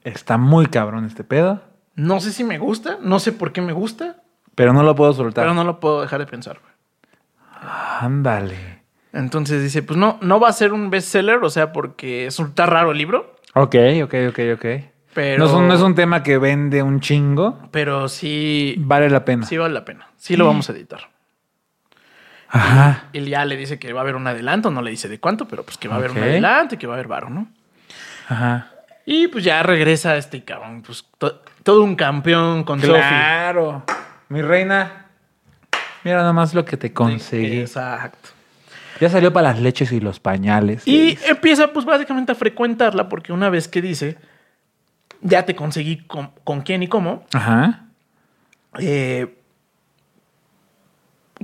Está muy cabrón este pedo, No sé si me gusta, no sé por qué me gusta, pero no lo puedo soltar. pero no lo puedo dejar de pensar, güey. Ándale. Entonces dice, pues no, no va a ser un bestseller, o sea, porque es un tan raro el libro, Ok, ok, ok, ok. Pero- No, es un, no es un tema que vende un chingo. pero sí, Vale la pena. sí vale la pena. Sí lo vamos a editar. Ajá. Y ya le dice que va a haber un adelanto, no le dice de cuánto, pero pues que va a haber Ok. un adelanto y que va a haber varo, ¿no? Ajá. Y pues ya regresa este cabrón, pues to- todo un campeón con Sophie. Claro. Mi reina. Mira nada más lo que te conseguí. Exacto. Ya salió para las leches y los pañales. Y empieza pues básicamente a frecuentarla porque una vez que dice, ya te conseguí con, con quién y cómo, Ajá. eh,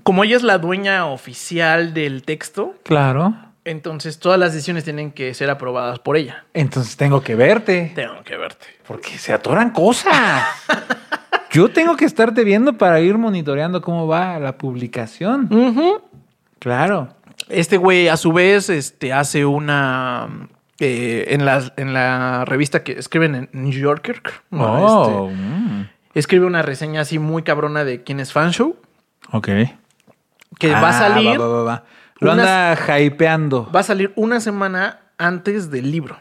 como ella es la dueña oficial del texto, Claro. entonces todas las decisiones tienen que ser aprobadas por ella. Entonces tengo que verte. Tengo que verte. Porque se atoran cosas. Yo tengo que estarte viendo para ir monitoreando cómo va la publicación. Ujú. Claro. Este güey, a su vez, este, hace una. eh, en, la, en la revista que escriben en New Yorker. ¿no? Oh. Este, mm. escribe una reseña así muy cabrona de quién es Fanshow. Ok. Que va a Ah, salir. va, va, va. Lo unas- anda hypeando. Va a salir una semana antes del libro.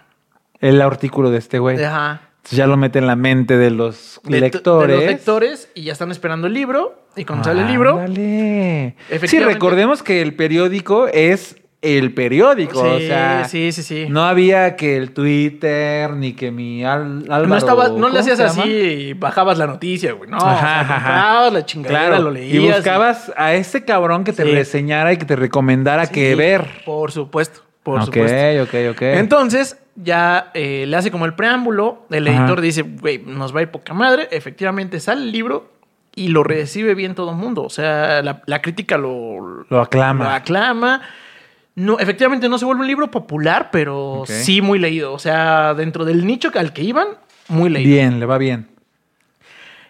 El artículo de este güey. Ajá. Entonces Ya lo mete en la mente de los De- lectores. de los lectores y ya están esperando el libro. Y cuando sale el libro. Ándale. Sí, Efectivamente. recordemos que el periódico es el periódico. o Sí, sea, sí, sí, sí. no había que el Twitter ni que mi al Álvaro- No, estaba, no ¿cómo le hacías se llama? así y bajabas la noticia, güey. No, Ajá, o sea, ajá, ajá. comprabas la chingadera, Claro, lo leías. y buscabas a ese cabrón que te Sí. reseñara y que te recomendara Sí, que ver. Por supuesto, por ok, supuesto. ok, ok. Entonces, ya eh, le hace como el preámbulo. El Ajá. editor dice, güey, nos va a ir poca madre. Efectivamente, sale el libro y lo recibe bien todo el mundo. O sea, la, la crítica lo, lo aclama. lo aclama. No, efectivamente, no se vuelve un libro popular, pero Ok. sí muy leído. O sea, dentro del nicho al que iban, muy leído. Bien, le va bien.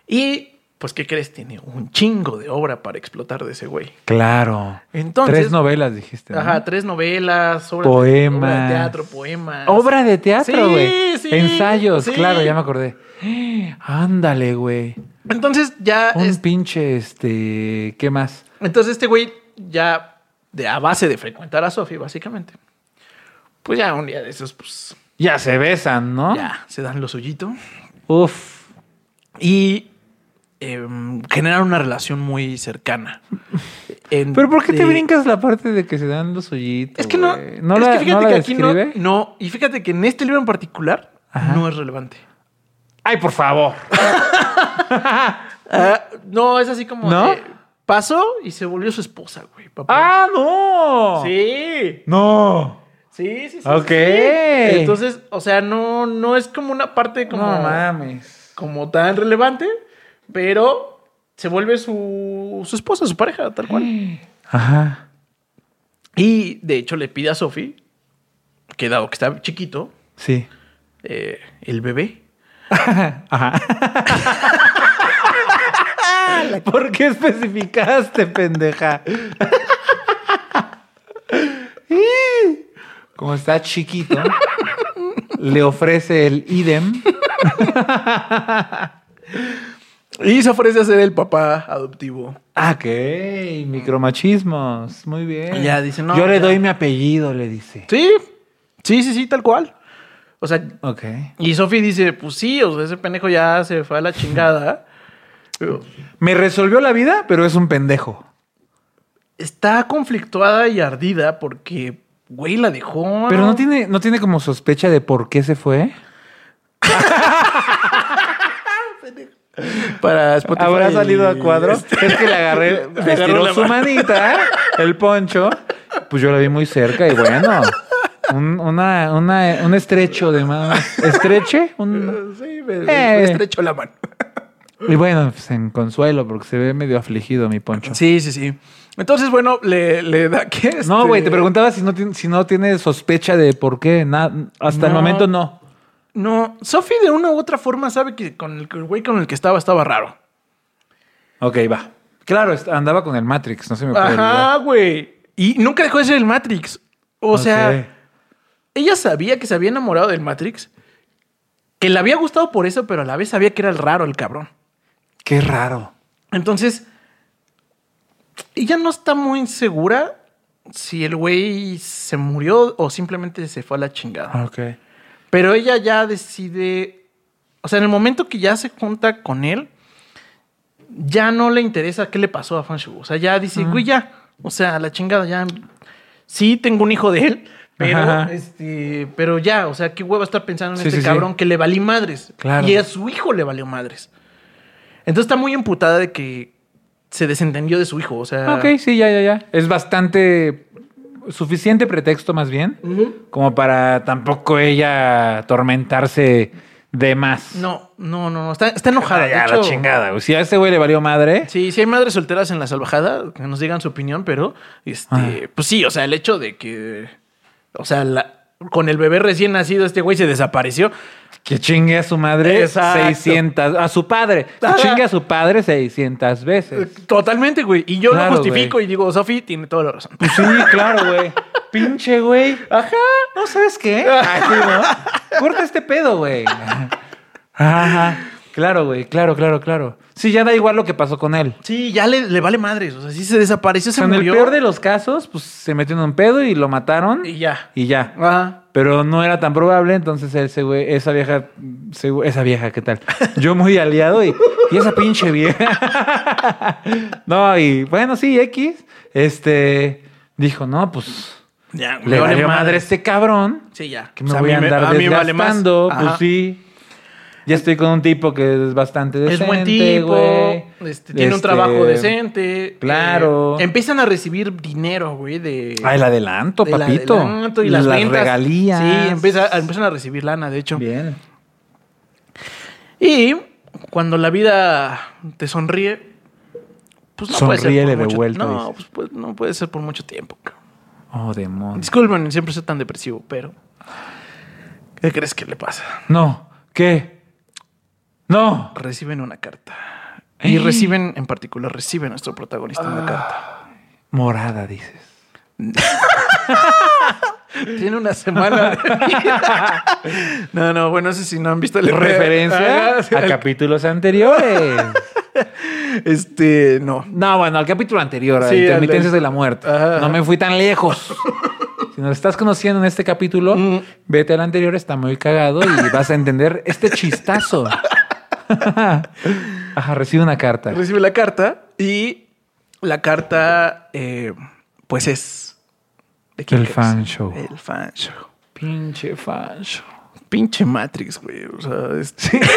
Y Pues, ¿qué crees? Tiene un chingo de obra para explotar de ese güey. Claro. Entonces. tres novelas dijiste. ¿no? Ajá, tres novelas, obras Poemas. De, obra de teatro, poemas. Obra de teatro, Sí, güey. sí, Ensayos, sí. claro, ya me acordé. Ándale, güey. Entonces, ya. Un es- pinche, este, ¿qué más? entonces, este güey, ya de a base de frecuentar a Sophie, básicamente. Pues ya un día de esos, pues. Ya se besan, ¿no? Ya se dan los hoyitos. Uf. y em, generar una relación muy cercana. En- Pero ¿por qué te de- brincas la parte de que se dan los hoyitos? Es que no, güey? ¿No es la, que fíjate no la que aquí no, describe? no, y fíjate que en este libro en particular Ajá. no es relevante. Ay, por favor. Ah, no, es así como ¿No? de, pasó y se volvió su esposa, güey. papá. ¡Ah, no! Sí, No. sí, sí, sí. Ok. sí. Entonces, o sea, no, no es como una parte como, No mames. como tan relevante, pero se vuelve su, su esposa, su pareja, tal cual. Ajá. Y de hecho le pide a Sophie, que dado que está chiquito, Sí. eh, el bebé. Ajá. ¿Por qué especificaste, pendeja? Como está chiquito, le ofrece el idem. Y se ofrece a ser el papá adoptivo. Ah, Ok, micromachismos. Muy bien. Ya, dice, no, Yo le ya. doy mi apellido, le dice. Sí, sí, sí, sí, tal cual. O sea, Ok. y Sophie dice, pues sí, o sea, ese pendejo ya se fue a la chingada. Pero Me resolvió la vida, pero es un pendejo. Está conflictuada y ardida porque, güey, la dejó. Pero no tiene, no tiene como sospecha de por qué se fue. Para Spotify. Habrá salido a cuadro. este, Es que le agarré, Le me agarró estiró la su mano. manita, el poncho. Pues yo la vi muy cerca y bueno, un, una- una- un estrecho de mano. ¿Estreche? Un- Sí, me, Eh. estrecho la mano. y bueno, pues en consuelo, porque se ve medio afligido mi poncho. Sí, sí, sí. Entonces, bueno, le, le da que. No, este, güey, te preguntaba si no, tiene- si no tiene sospecha de por qué. na- hasta el No. momento no. No, Sophie de una u otra forma sabe que con el que el güey con el que estaba estaba raro. Ok, va. Claro, est- andaba con el Matrix, no se me puede olvidar. Ajá, güey. Y nunca dejó de ser el Matrix. O Ok. sea, ella sabía que se había enamorado del Matrix, que le había gustado por eso, pero a la vez sabía que era el raro, el cabrón. Qué raro. Entonces, ella no está muy segura si el güey se murió o simplemente se fue a la chingada. Ok. Pero ella ya decide, o sea, en el momento que ya se junta con él, ya no le interesa qué le pasó a Fanshu. O sea, ya dice, güey, ya, o sea, la chingada, ya, sí tengo un hijo de él, pero, Ajá. este, pero ya, o sea, qué huevo estar pensando en Sí, este sí, sí. cabrón que le valí madres. Claro. Y a su hijo le valió madres. Entonces está muy emputada de que se desentendió de su hijo, o sea. Ok, sí, ya, ya, ya. Es bastante suficiente pretexto más bien, Ujú. como para tampoco ella atormentarse de más. No, no, no, no, está, está enojada. Ah, ya, de la hecho- chingada. güey. Si a ese güey le valió madre. Sí, si hay madres solteras en la salvajada, que nos digan su opinión, pero Ah. este, pues sí, o sea, el hecho de que, o sea, la- con el bebé recién nacido, este güey se desapareció. Que chingue a su madre Exacto. 600. A su padre. Que Ajá. chingue a su padre 600 veces. Totalmente, güey. Y yo lo Claro, justifico y digo, Sofi tiene toda la razón. Pues sí, claro, güey. Pinche güey. Ajá. No sabes qué. Así, ¿no? Corta este pedo, güey. Ajá. Claro, güey. Claro, claro, claro. Sí, ya da igual lo que pasó con él. Sí, ya le, le vale madres. O sea, sí se desapareció, O se sea, en el murió. peor de los casos, pues se metió en un pedo y lo mataron Y ya. y ya. Ajá. Pero no era tan probable, entonces ese güey, esa vieja, ese güey- esa vieja, ¿qué tal? Yo muy aliado y, y esa pinche vieja. No, y bueno, sí, X, este, dijo, no, pues Ya, me le valió madre a este cabrón Sí, ya. que me O sea, voy a mí andar a mí me vale más. desgastando, pues Ajá. sí. Ya estoy con un tipo que es bastante decente, es buen tipo, güey. este, tiene un Este, trabajo decente. claro. Eh, empiezan a recibir dinero, güey, de... Ah, el adelanto, del papito. adelanto y las, ventas. regalías. Sí, empieza- empiezan a recibir lana, de hecho. Bien. Y cuando la vida te sonríe, pues no puede ser Sonríele por de mucho vuelta, No, dices. pues, pues, no puede ser por mucho tiempo. cabrón. Oh, demonios. Disculpen, siempre soy tan depresivo, pero ¿qué crees que le pasa? No, ¿qué? No. Reciben una carta Y reciben, en particular, recibe a nuestro protagonista Ah. una carta. Morada, dices. Tiene una semana. de vida. no, no, bueno, eso si no han visto la Referencia Ajá, sí, a al- capítulos anteriores. Este, no. No, bueno, al capítulo anterior, a Sí, al- Intermitencias de la Muerte. Ajá, No ajá. me fui tan lejos. Si nos estás conociendo en este capítulo, Mm. vete al anterior, está muy cagado y vas a entender este chistazo. Ajá, recibe una carta. Recibe la carta y la carta, eh, pues es. ¿De El crees? fan show. El fan show. Pinche falso. Pinche Matrix, güey. O sea, es-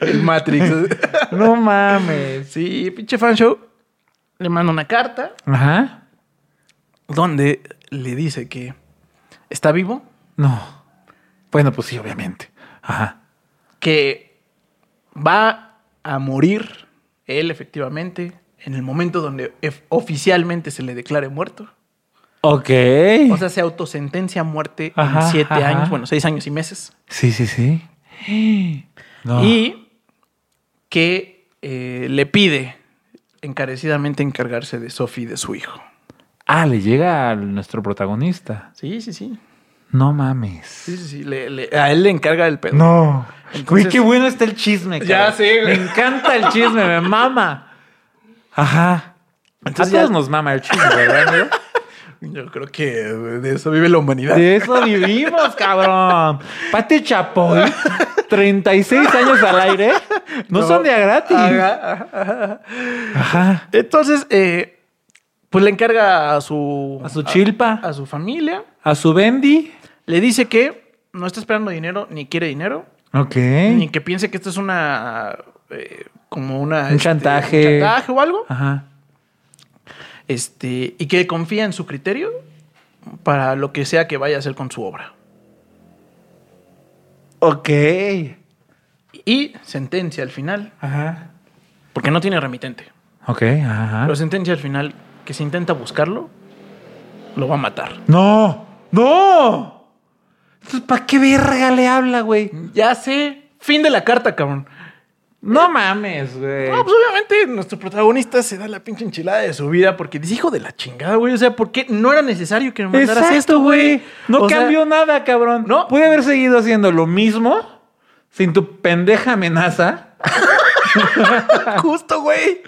El Matrix. No mames. sí, pinche fan show. Le manda una carta Ajá. donde le dice que está vivo, No. Bueno, pues sí, obviamente. Ajá. que va a morir él efectivamente en el momento donde ef- oficialmente se le declare muerto. Ok. O sea, se autosentencia a muerte Ajá, en siete ajá. años, bueno, seis años y meses. sí, sí, sí. No. Y que eh, le pide encarecidamente encargarse de Sophie y de su hijo. Ah, le llega a nuestro protagonista. Sí, sí, sí. No mames. Sí, sí, sí. Le- le- a él le encarga el pedo. No. Entonces- Güey, qué bueno está el chisme. Ya cabrón. sé, güey. Me encanta el chisme, me mama. Ajá. Entonces a ya- todos nos mama el chisme, ¿verdad? amigo? Yo creo que de eso vive la humanidad. De eso vivimos, cabrón. Pati Chapoy, 36 años al aire. No, son de a gratis. Ajá, ajá, ajá. Ajá. Entonces, eh, pues le encarga a su... A su chilpa, a su familia. a su Bendy. Le dice que no está esperando dinero, ni quiere dinero. Ok. Ni que piense que esto es una... eh, como una... Un chantaje. un chantaje o algo. Ajá. Este, y que confía en su criterio para lo que sea que vaya a hacer con su obra. Ok. Y sentencia al final, Ajá. porque no tiene remitente, Ok, ajá. pero sentencia al final que si intenta buscarlo, lo va a matar. No, no. Entonces, ¿para qué verga le habla, güey? Ya sé, fin de la carta, cabrón. No mames, güey. No, pues obviamente nuestro protagonista se da la pinche enchilada de su vida porque dice, hijo de la chingada, güey. O sea, ¿por qué no era necesario que me mandaras Exacto, esto, güey? No O sea, cambió nada, cabrón. No. Pude haber seguido haciendo lo mismo sin tu pendeja amenaza justo, güey.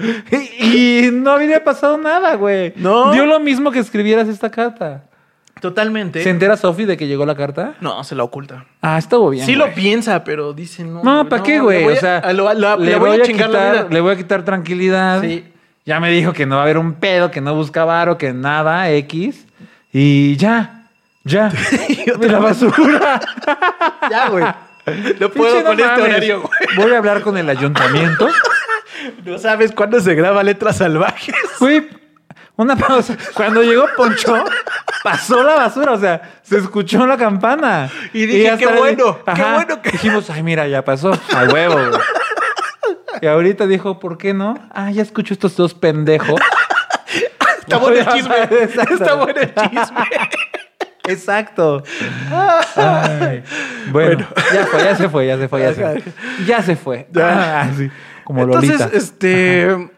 y, y no habría pasado nada, güey. No. Dio lo mismo que escribieras esta carta. Totalmente. ¿Se entera Sofi de que llegó la carta? no, se la oculta. Ah, estuvo bien. sí güey. lo piensa, pero dice no. No, ¿para qué, güey? le voy O sea, a- lo- lo- le, voy, a chingar quitar, la vida. le voy a quitar tranquilidad. Sí. Ya me dijo que no va a haber un pedo, que no busca varo, que nada, X. Y ya, ya. Y otra De la vez. basura. Ya, güey. No puedo Pinche, no con este mames. horario, güey. Voy a hablar con el ayuntamiento. No sabes cuándo se graba Letras Salvajes. Güey, una pausa. Cuando llegó Poncho, pasó la basura. O sea, se escuchó la campana. Y dije, hasta qué le- bueno, qué bueno que- Dijimos, ay, mira, ya pasó. A huevo, güey. Y ahorita dijo, ¿por qué no? Ah, ya escucho estos dos pendejos. Está bueno el Voy a chisme. hablar, exacto. Está bueno el chisme. Exacto. Ay, Bueno. bueno, ya fue, ya se fue, ya se fue, ya se Ajá. fue. Ya se fue. Ya. Ah, sí, como Entonces, Lolita. este. Bueno,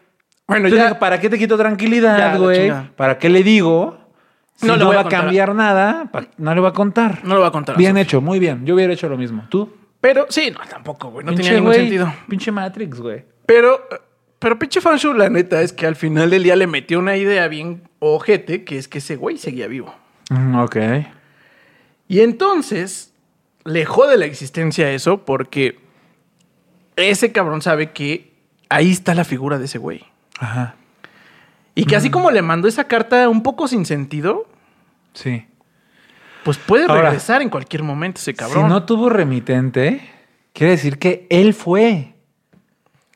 Entonces, ya. digo, ¿para qué te quito Ya, tranquilidad, la güey? chingada. ¿Para qué le digo? Si no, No le voy va a a contar. cambiar nada, pa- no le va a contar. No lo voy a contar. bien Sofía. hecho, muy bien. Yo hubiera hecho lo mismo. ¿Tú? Pero sí, no, tampoco, güey. No Pinche, tenía ningún güey, sentido. Pinche Matrix, güey. Pero, pero pinche fanshow, la neta, es que al final del día le metió una idea bien ojete, que es que ese güey seguía vivo. Mm, ok. Y entonces le jode la existencia eso porque ese cabrón sabe que ahí está la figura de ese güey. Ajá. Y que Mm. así como le mandó esa carta un poco sin sentido, Sí. pues puede Ahora, regresar en cualquier momento ese cabrón. Si no tuvo remitente, quiere decir que él fue.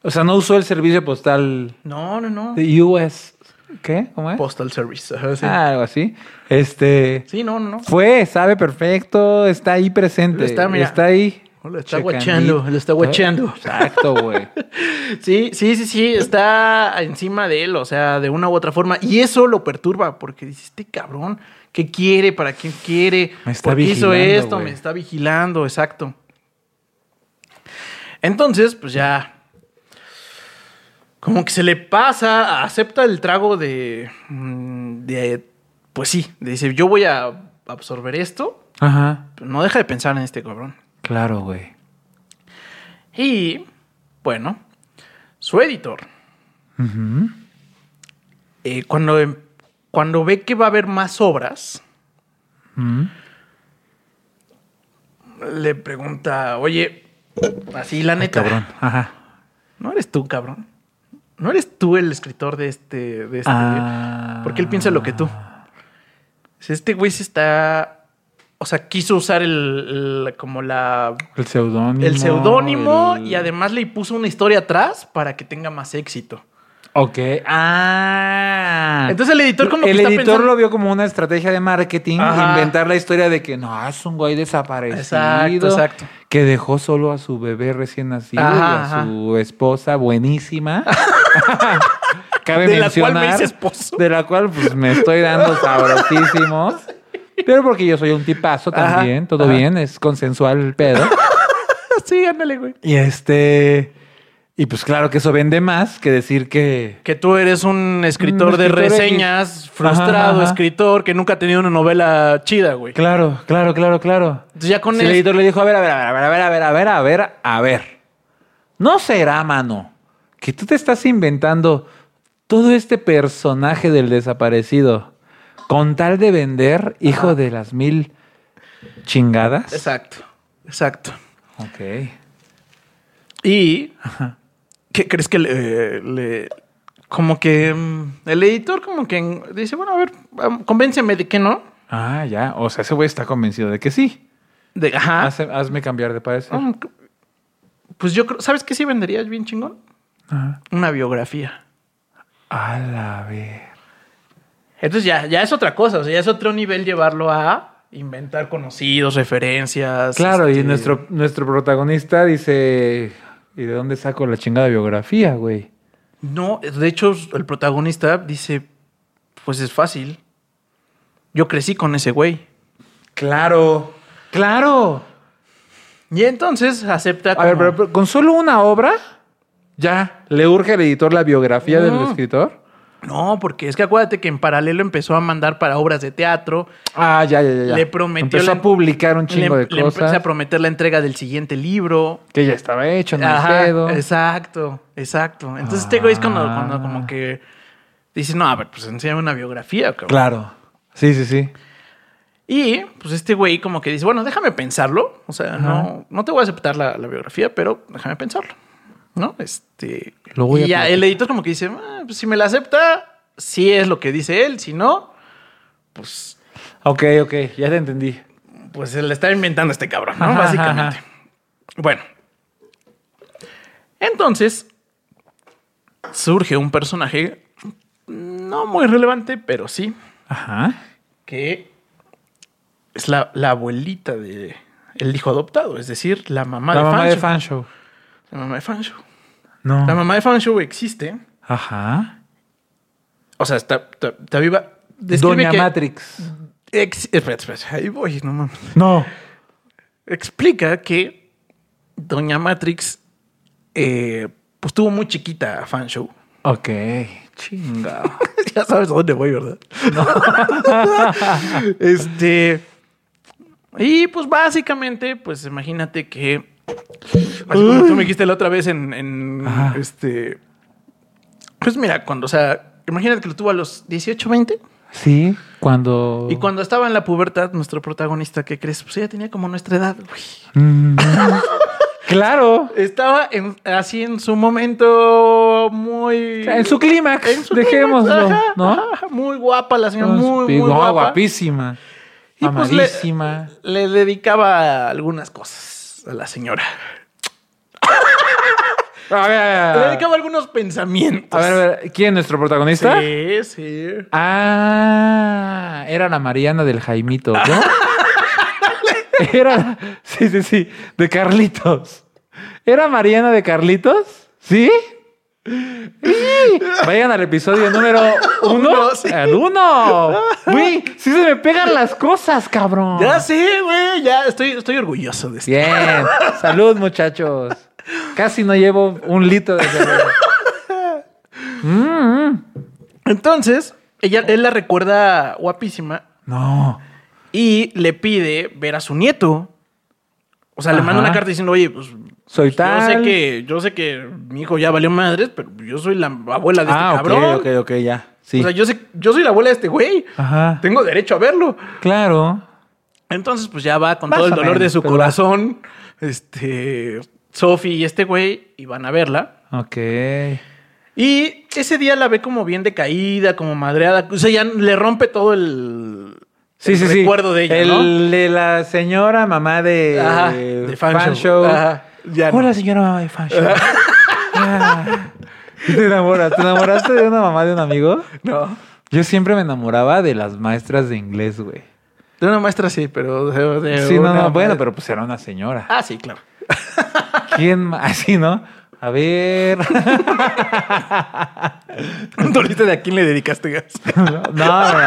O sea, no usó el servicio postal no, no, no. de US. ¿Qué? ¿Cómo es? Postal Service. ajá, Pues, sí. Ah, algo así. Este. Sí, no, no, no. Fue, sabe perfecto, está ahí presente. Lo está, mira. ahí. Lo está Checandito. guachando, lo está guachando. Exacto, güey. Sí, sí, sí, sí, está encima de él, o sea, de una u otra forma. Y eso lo perturba, porque dice, este cabrón, ¿qué quiere? ¿Para qué quiere? Me está ¿Por qué hizo vigilando, esto? güey. Me está vigilando, exacto. Entonces, pues ya como que se le pasa, acepta el trago de, mm, de pues sí, de dice, yo voy a absorber esto, Ajá. pero no deja de pensar en este cabrón. Claro, güey. Y, bueno, su editor, Ujú. eh, cuando, cuando ve que va a haber más obras, Mm. le pregunta, oye, así la neta, Ah, Cabrón. Ajá. no eres tú, cabrón. No eres tú el escritor de este... De este Ah. Porque él piensa lo que tú. Si Este güey se está. O sea, quiso usar el, el- como la. El seudónimo. El seudónimo el- y además le puso una historia atrás para que tenga más éxito. Ok. Ah. Entonces el editor como el que está editor pensando- lo vio como una estrategia de marketing, Ajá. inventar la historia de que no, es un güey desaparecido. Exacto, exacto. Que dejó solo a su bebé recién nacido Ajá, y a su esposa buenísima. Cabe De la cual mencionar. me hice esposo. De la cual pues me estoy dando sabrosísimo. Pero porque yo soy un tipazo Ajá, también, todo ajá. bien, es consensual el pedo. Sí, ándale, güey. Y este. Y pues claro que eso vende más que decir que. Que tú eres un escritor, Un de escritor reseñas, X. frustrado Ajá, ajá. escritor que nunca ha tenido una novela chida, güey. Claro, claro, claro, claro. Entonces ya con Si el esto- editor le dijo, a ver, a ver, a ver, a ver, a ver, a ver, a ver, a ver, a ver. No será, mano, que tú te estás inventando todo este personaje del desaparecido con tal de vender, hijo de las mil chingadas. Exacto, exacto. Ok. Y. ¿Qué crees que le. le- como que. mm, El editor, como que en- dice, bueno, a ver, am- convénceme de que no. Ah, ya. O sea, ese güey está convencido de que sí. De, ajá. Hace- hazme cambiar de parecer. Mm, Pues yo creo. ¿Sabes qué sí venderías bien chingón? Ajá. Una biografía. Ah, A la ver. Entonces ya, ya es otra cosa. O sea, ya es otro nivel llevarlo a inventar conocidos, referencias. Claro, y este, nuestro, nuestro protagonista dice, ¿y de dónde saco la chingada biografía, güey? No, de hecho, el protagonista dice: Pues es fácil. Yo crecí con ese güey. Claro, claro. Y entonces acepta. A ver, como- pero, pero con solo una obra, ya, le urge al editor la biografía del No. escritor. No, porque es que acuérdate que en paralelo empezó a mandar para obras de teatro. Ah, ya, ya, ya, ya. Le prometió Empezó la- a publicar un Le, chingo de le empecé a cosas prometer la entrega del siguiente libro. que ya estaba hecho, no hay Ajá, pedo. exacto, exacto. Entonces este güey es cuando, Ah. cuando como que dice, no, a ver, pues enséñame una biografía. cabrón". Claro. Sí, sí, sí. Y pues este güey como que dice, bueno, déjame pensarlo. O sea, no, no te voy a aceptar la, la biografía, pero déjame pensarlo. ¿No? Este... Lo voy y a ya platicar. el editor como que dice, "Ah, pues, si me la acepta, sí es lo que dice él. Si no, pues Ok, ok, ya te entendí. pues se la está inventando este cabrón, ¿no? Ajá, Básicamente. ajá, ajá. Bueno. Entonces, surge un personaje no muy relevante, pero sí, Ajá. que es la, la abuelita de el hijo adoptado, es decir, la mamá, la de, mamá Fanshu. de Fanshow. La mamá de Fanshu. No. La mamá de Fanshu existe, Ajá. o sea, está, está, está viva. Describe Doña que Matrix. ex- espérate, espérate, ahí voy, no mames. No. explica que Doña Matrix eh, pues tuvo muy chiquita a Fanshow. Ok, chinga. ya sabes a dónde voy, ¿verdad? este. Y pues básicamente, pues imagínate que. Así como tú me dijiste la otra vez en. en, Ajá. este. Pues mira, cuando, o sea, imagínate que lo tuvo a los 18, 20. Sí, cuando. Y cuando estaba en la pubertad, nuestro protagonista, ¿qué crees? Pues ella tenía como nuestra edad, güey. Mm. claro. Estaba en- así en su momento muy. En su clímax. en su Dejémoslo, clima, ajá, ¿no? ajá, muy guapa la señora, muy, muy pues, No, guapa. guapísima. Y pues le- Amadísima. Le dedicaba algunas cosas a la señora. A ver, a Le ver, dedicaba algunos pensamientos. Ah. a ver, a ver, ¿Quién nuestro protagonista? Sí, sí. Ah, era la Mariana del Jaimito, ¿no? era. Sí, sí, sí. De Carlitos. ¿Era Mariana de Carlitos? ¿Sí? Sí. Vayan al episodio número uno. Uno, sí. El uno. Güey, sí se me pegan las cosas, cabrón. Ya sé, güey. Ya estoy, estoy orgulloso de esto. Ah. Bien. Salud, muchachos. Casi no llevo un litro de cerveza. Entonces, ella, él la recuerda guapísima Ah, No. y le pide ver a su nieto. O sea, le Ajá. manda una carta diciendo, oye, pues. Soy pues, Yo tal. sé que, yo sé que mi hijo ya valió madres, pero yo soy la abuela de Ah, este cabrón. ok, ok, ok, ya. Sí. Ah. O sea, yo sé, yo soy la abuela de este güey. Ajá. Tengo derecho a verlo. Claro. Entonces, pues ya va con Más todo el o dolor de menos, su pero corazón. Este. Sophie y este güey. Y van a verla. Ok. Y ese día la ve como bien decaída, como madreada. O sea, ya le rompe todo el, Sí, el sí, sí. recuerdo de ella, El eh, ¿no? de la señora mamá de, Ajá, de fan show. Ajá, ya no. Hola, señora mamá de fan show. Ah. ¿Te enamoras? ¿Te enamoraste de una mamá de un amigo? No. Yo siempre me enamoraba de las maestras de inglés, güey. De una maestra sí, pero... de- de Sí, no, una- no, bueno, pero pues era una señora. Ah, sí, claro. ¿Quién más? Así, ¿no? A ver. Un turista de a quién le dedicaste gas. No, no, no.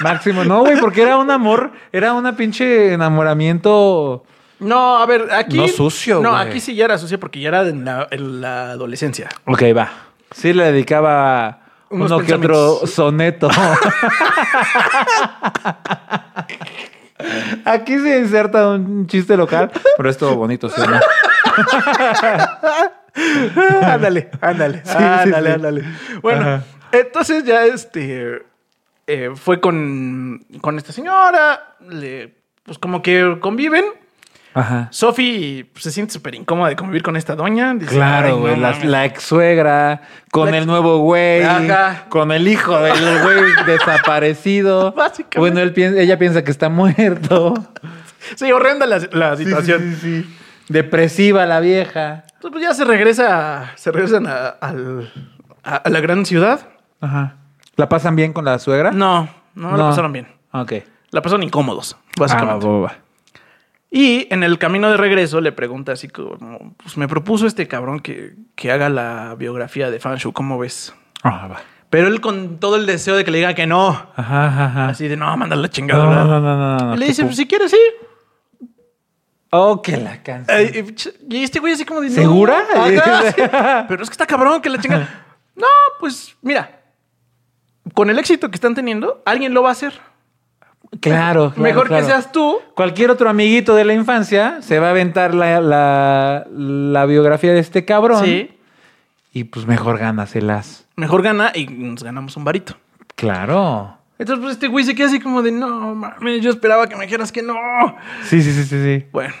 Máximo. No, güey, porque era un amor, era una pinche enamoramiento. No, a ver, aquí... No sucio, No, güey. aquí sí ya era sucio porque ya era en la, en la adolescencia. Ok, va. Sí le dedicaba Unos uno que otro pensamientos. soneto. Aquí se inserta un chiste local, pero es todo bonito, sí, ¿no? ándale, ándale, Sí, sí, ándale, sí. ándale. Bueno, Ajá. entonces ya este eh, fue con, con esta señora, le, pues como que conviven. Ajá. Sophie pues, se siente súper incómoda de convivir con esta doña. Dice, "Ay, Claro, no güey. la, mames". la ex suegra, con La ex- el nuevo güey, Ajá. con el hijo del güey desaparecido. Básicamente. Bueno, él piensa- ella piensa que está muerto. Sí, horrenda la, la situación. Depresiva la vieja. Entonces, pues ya se regresa, se regresan a, al- a- a la gran ciudad. Ajá. ¿La pasan bien con la suegra? No, no, la pasaron bien. Pues Ok. La pasaron incómodos, Ah, básicamente. boba. Y en el camino de regreso le pregunta así como, pues me propuso este cabrón que, que haga la biografía de Fanshu, ¿cómo ves? Ah, va. Pero él con todo el deseo de que le diga que no, Ajá, ajá, ajá. así de no, manda la No, chingada. no, ¿verdad?". no, no, no, no. Y le Qué dice, pu- pues si quieres, sí. Oh, que la canción. Eh, Y ch- y este güey así como de, "No, ¿Segura? ajá". Pero es que está cabrón que la chingada. No, pues mira, con el éxito que están teniendo, alguien lo va a hacer. Claro, claro, Mejor claro. que seas tú. Cualquier otro amiguito de la infancia se va a aventar la, la- la biografía de este cabrón. Sí. Y pues mejor gánaselas. Mejor gana y nos ganamos un varito. Claro. Entonces, pues este güey se queda así como de no mames, yo esperaba que me dijeras que no. Sí, sí, sí, sí, sí. Bueno,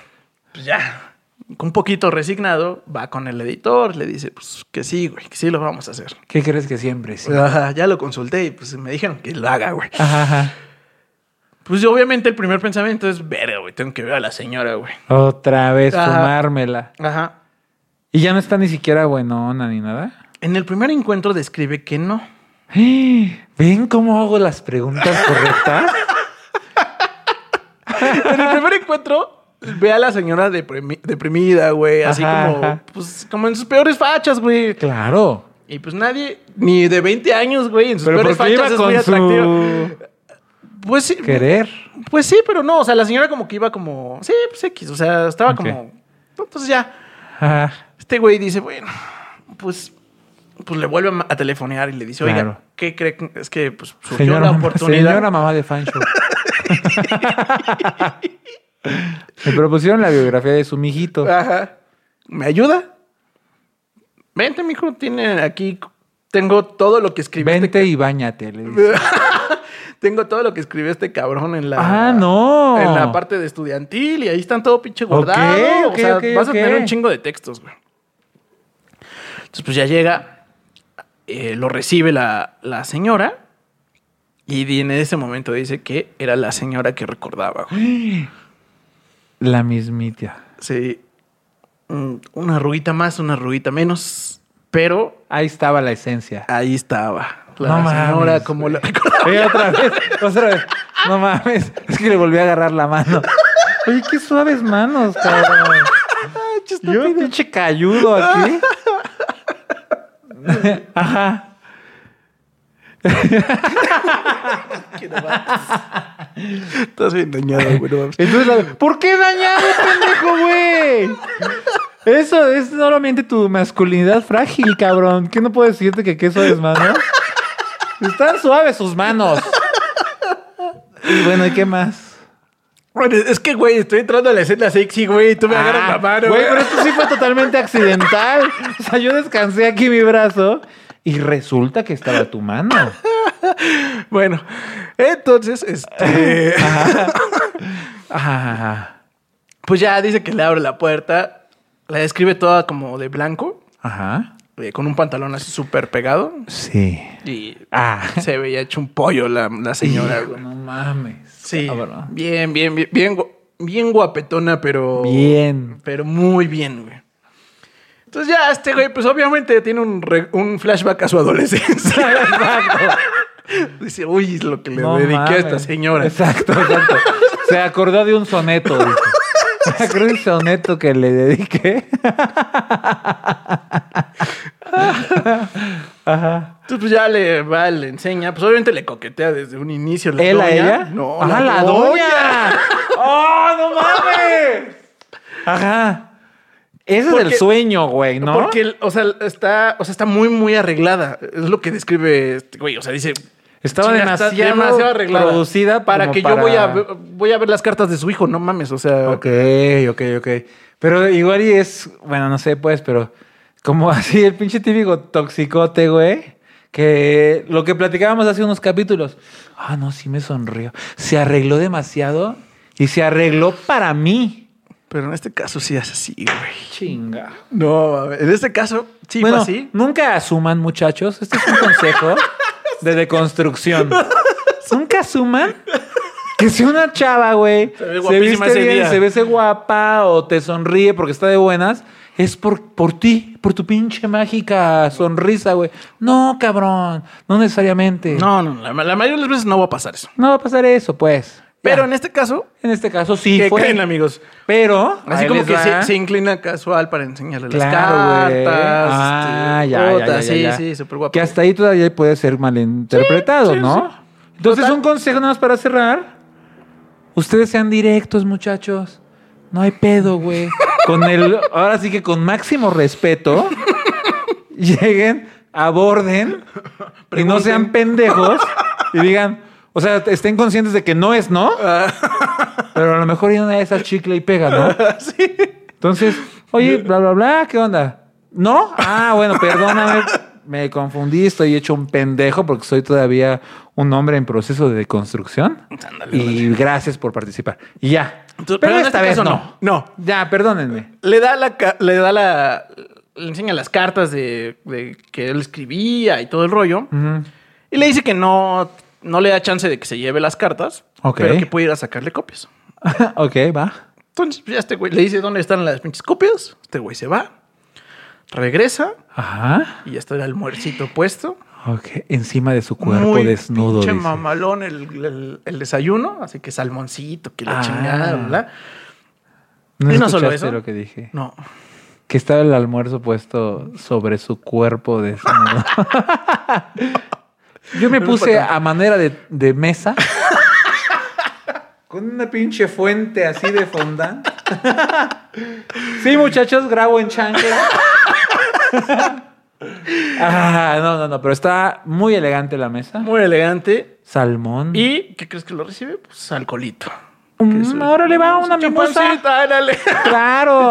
pues ya, un poquito resignado, va con el editor, le dice, pues que sí, güey, que sí lo vamos a hacer. Pues, ¿Qué crees que siempre sí? Ajá, ya lo consulté y pues me dijeron que lo haga, güey. Ajá, ajá. Pues yo, obviamente el primer pensamiento es, verga, güey, tengo que ver a la señora, güey. Otra vez Ajá. fumármela. Ajá. Y ya no está ni siquiera buenona ni nada. En el primer encuentro describe que no. ¿Ven cómo hago las preguntas correctas? En el primer encuentro ve a la señora deprimi- deprimida, güey, así Ajá, como, ajá. pues como en sus peores fachas, güey. claro. Y pues nadie, ni de 20 años, güey, en sus Pero peores porque fachas iba es muy con atractivo. su Pues sí, querer. pues sí, pero no, o sea, la señora como que iba como, sí, pues X, o sea, estaba Ok. como, entonces ya, Ajá. este güey dice, bueno, pues, pues le vuelve a ma- a telefonear y le dice, oiga, Claro. ¿qué cree? que- Es que pues surgió Señora, la mamá- oportunidad. señora mamá de Fancho. Me propusieron la biografía de su mijito. Ah, Ajá. ¿Me ayuda? Vente, mijo, tiene aquí, tengo todo lo que escribió este, Vente y bañate. le dice. tengo todo lo que escribió este cabrón en la. Ah, no. en la parte de estudiantil y ahí están todo pinche guardado. ok, o sea, ok, vas ok. a tener un chingo de textos, güey. Entonces, pues ya llega, eh, lo recibe la, la señora y di- en ese momento dice que era la señora que recordaba, güey. La mismita. Sí. Mm, Una arruguita más, una arruguita menos, pero Ahí estaba la esencia. ahí estaba. La No mames, señora como la recordaba. Eh, otra vez, otra vez. No mames. Es que le volví a agarrar la mano. Oye, qué suaves manos, cabrón. Yo pinche cayudo aquí. Ajá. Estás bien dañado, güey. no mames. Entonces, la- ¿por qué dañado, pendejo, güey? Eso es solamente tu masculinidad frágil, cabrón. ¿Qué no puedo decirte que queso es mano? Están suaves sus manos. Y bueno, ¿y qué más? Bueno, es que, güey, estoy entrando a la escena sexy, güey, y tú me agarras la mano, Ah, Güey, pero esto sí fue totalmente accidental. O sea, yo descansé aquí mi brazo y resulta que estaba tu mano. Bueno, entonces, este. Ajá, pues ya dice que le abre la puerta, la describe toda como de blanco, ajá. eh, con un pantalón así súper pegado, Sí. y Ah. se veía hecho un pollo la, la señora, güey. No mames. Sí, Cabrón. bien, bien, bien, bien, gu- bien guapetona, pero. Bien. Pero muy bien, güey. Entonces ya este güey, pues obviamente tiene un, re- un flashback a su adolescencia. Exacto. Dice, uy, es lo que le No dediqué a mames. esta señora. Exacto, exacto. Se acordó de un soneto. dice. Se acordó de un soneto que le dediqué. Ajá. Entonces, pues ya le va, le enseña. Pues obviamente le coquetea desde un inicio. La ¿Él a doña. ella? No, ¡Ah, la doña! ¡Oh, no mames! Ajá. Ese es Porque- el sueño, güey, ¿no? Porque, o sea, está, o sea, está muy, muy arreglada. Es lo que describe este güey. O sea, dice. Estaba "Chinga, está demasiado, producida para como que yo para- voy a, ver- voy a ver las cartas de su hijo. No mames, o sea. Ok, ok, ok. Pero igual y es, bueno, no sé, pues, pero como así el pinche típico toxicote, güey. Que lo que platicábamos hace unos capítulos. Ah, no, sí me sonrió. Se arregló demasiado y se arregló para mí. Pero en este caso sí es así, güey. Chinga. No, a ver, en este caso sí bueno, fue así. nunca asuman, muchachos. Este es un consejo de deconstrucción. Nunca asuman que si una chava, güey, Se ve se guapísima viste ese bien, día. se ve guapa o te sonríe porque está de buenas, es por, por ti, por tu pinche mágica sonrisa, güey. No, cabrón, no necesariamente. No, no, la, la mayoría de las veces no va a pasar eso. No va a pasar eso, pues. Pero Ya. en este caso, en este caso sí ¿qué fue. creen, amigos? Pero Así ahí como les que se, va. se inclina casual para enseñarle Claro, las güey. cartas. Ah, este, ya, ya, puta, ya, ya, Sí, ya. sí, súper guapo. Que hasta ahí todavía puede ser malinterpretado, Sí, sí, ¿no? sí. Entonces, Total. un consejo nada más para cerrar. Ustedes sean directos, muchachos. No hay pedo, güey. Con el, ahora sí que con máximo respeto, lleguen, aborden y no Pregunten. sean pendejos y digan, o sea, estén conscientes de que no es no, Ah. pero a lo mejor hay una de esas chicle y pega, ¿no? Sí. Entonces, oye, bla, bla, bla, ¿qué onda? ¿No? Ah, bueno, perdóname, me confundí, estoy hecho un pendejo porque soy todavía un hombre en proceso de deconstrucción. Ándale, Y gracias por participar. Y ya. Entonces, pero en este caso no. Ya, perdónenme. Le da la. ca- Le da la. Le enseña las cartas de, de que él escribía y todo el rollo. Ujú. Y le dice que no, no le da chance de que se lleve las cartas, Ok. pero que puede ir a sacarle copias. ok, va. Entonces, ya este güey le dice dónde están las pinches copias. Este güey se va, regresa Ajá. y ya está el almuercito puesto. Ok, encima de su cuerpo Muy desnudo. Pinche dice. mamalón el, el- el desayuno, así que salmoncito, que la Ah. chingada, ¿verdad? No Y no solo escuchaste eso. lo que dije. No. Que estaba el almuerzo puesto sobre su cuerpo desnudo. Yo me Ven puse pa' acá. a manera de, de mesa. Con una pinche fuente así de fondant. sí, muchachos, grabo en chancla. ah, no, no, no, pero está muy elegante la mesa. Muy elegante. Salmón. ¿Y qué crees que lo recibe? Pues alcoholito. Mm, Que es el- ahora le va su una mimosa. champancita, ándale. Claro.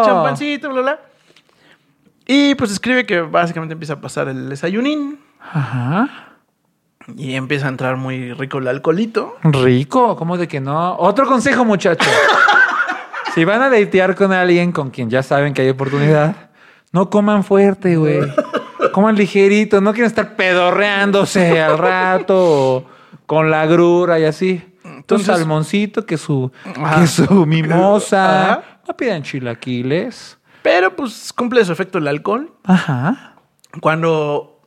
El champancito, bla, bla. Y pues escribe que básicamente empieza a pasar el desayunín Ajá. y empieza a entrar muy rico el alcoholito. Rico, ¿cómo de que no? Otro consejo, muchachos. si van a datear con alguien con quien ya saben que hay oportunidad, no coman fuerte, güey. Coman ligerito, no quieren estar pedorreándose al rato o con la grura y así. Entonces- un salmoncito, que su, Ajá. que su mimosa. Ajá. No pidan chilaquiles. Pero pues cumple su efecto el alcohol. Ajá. Cuando.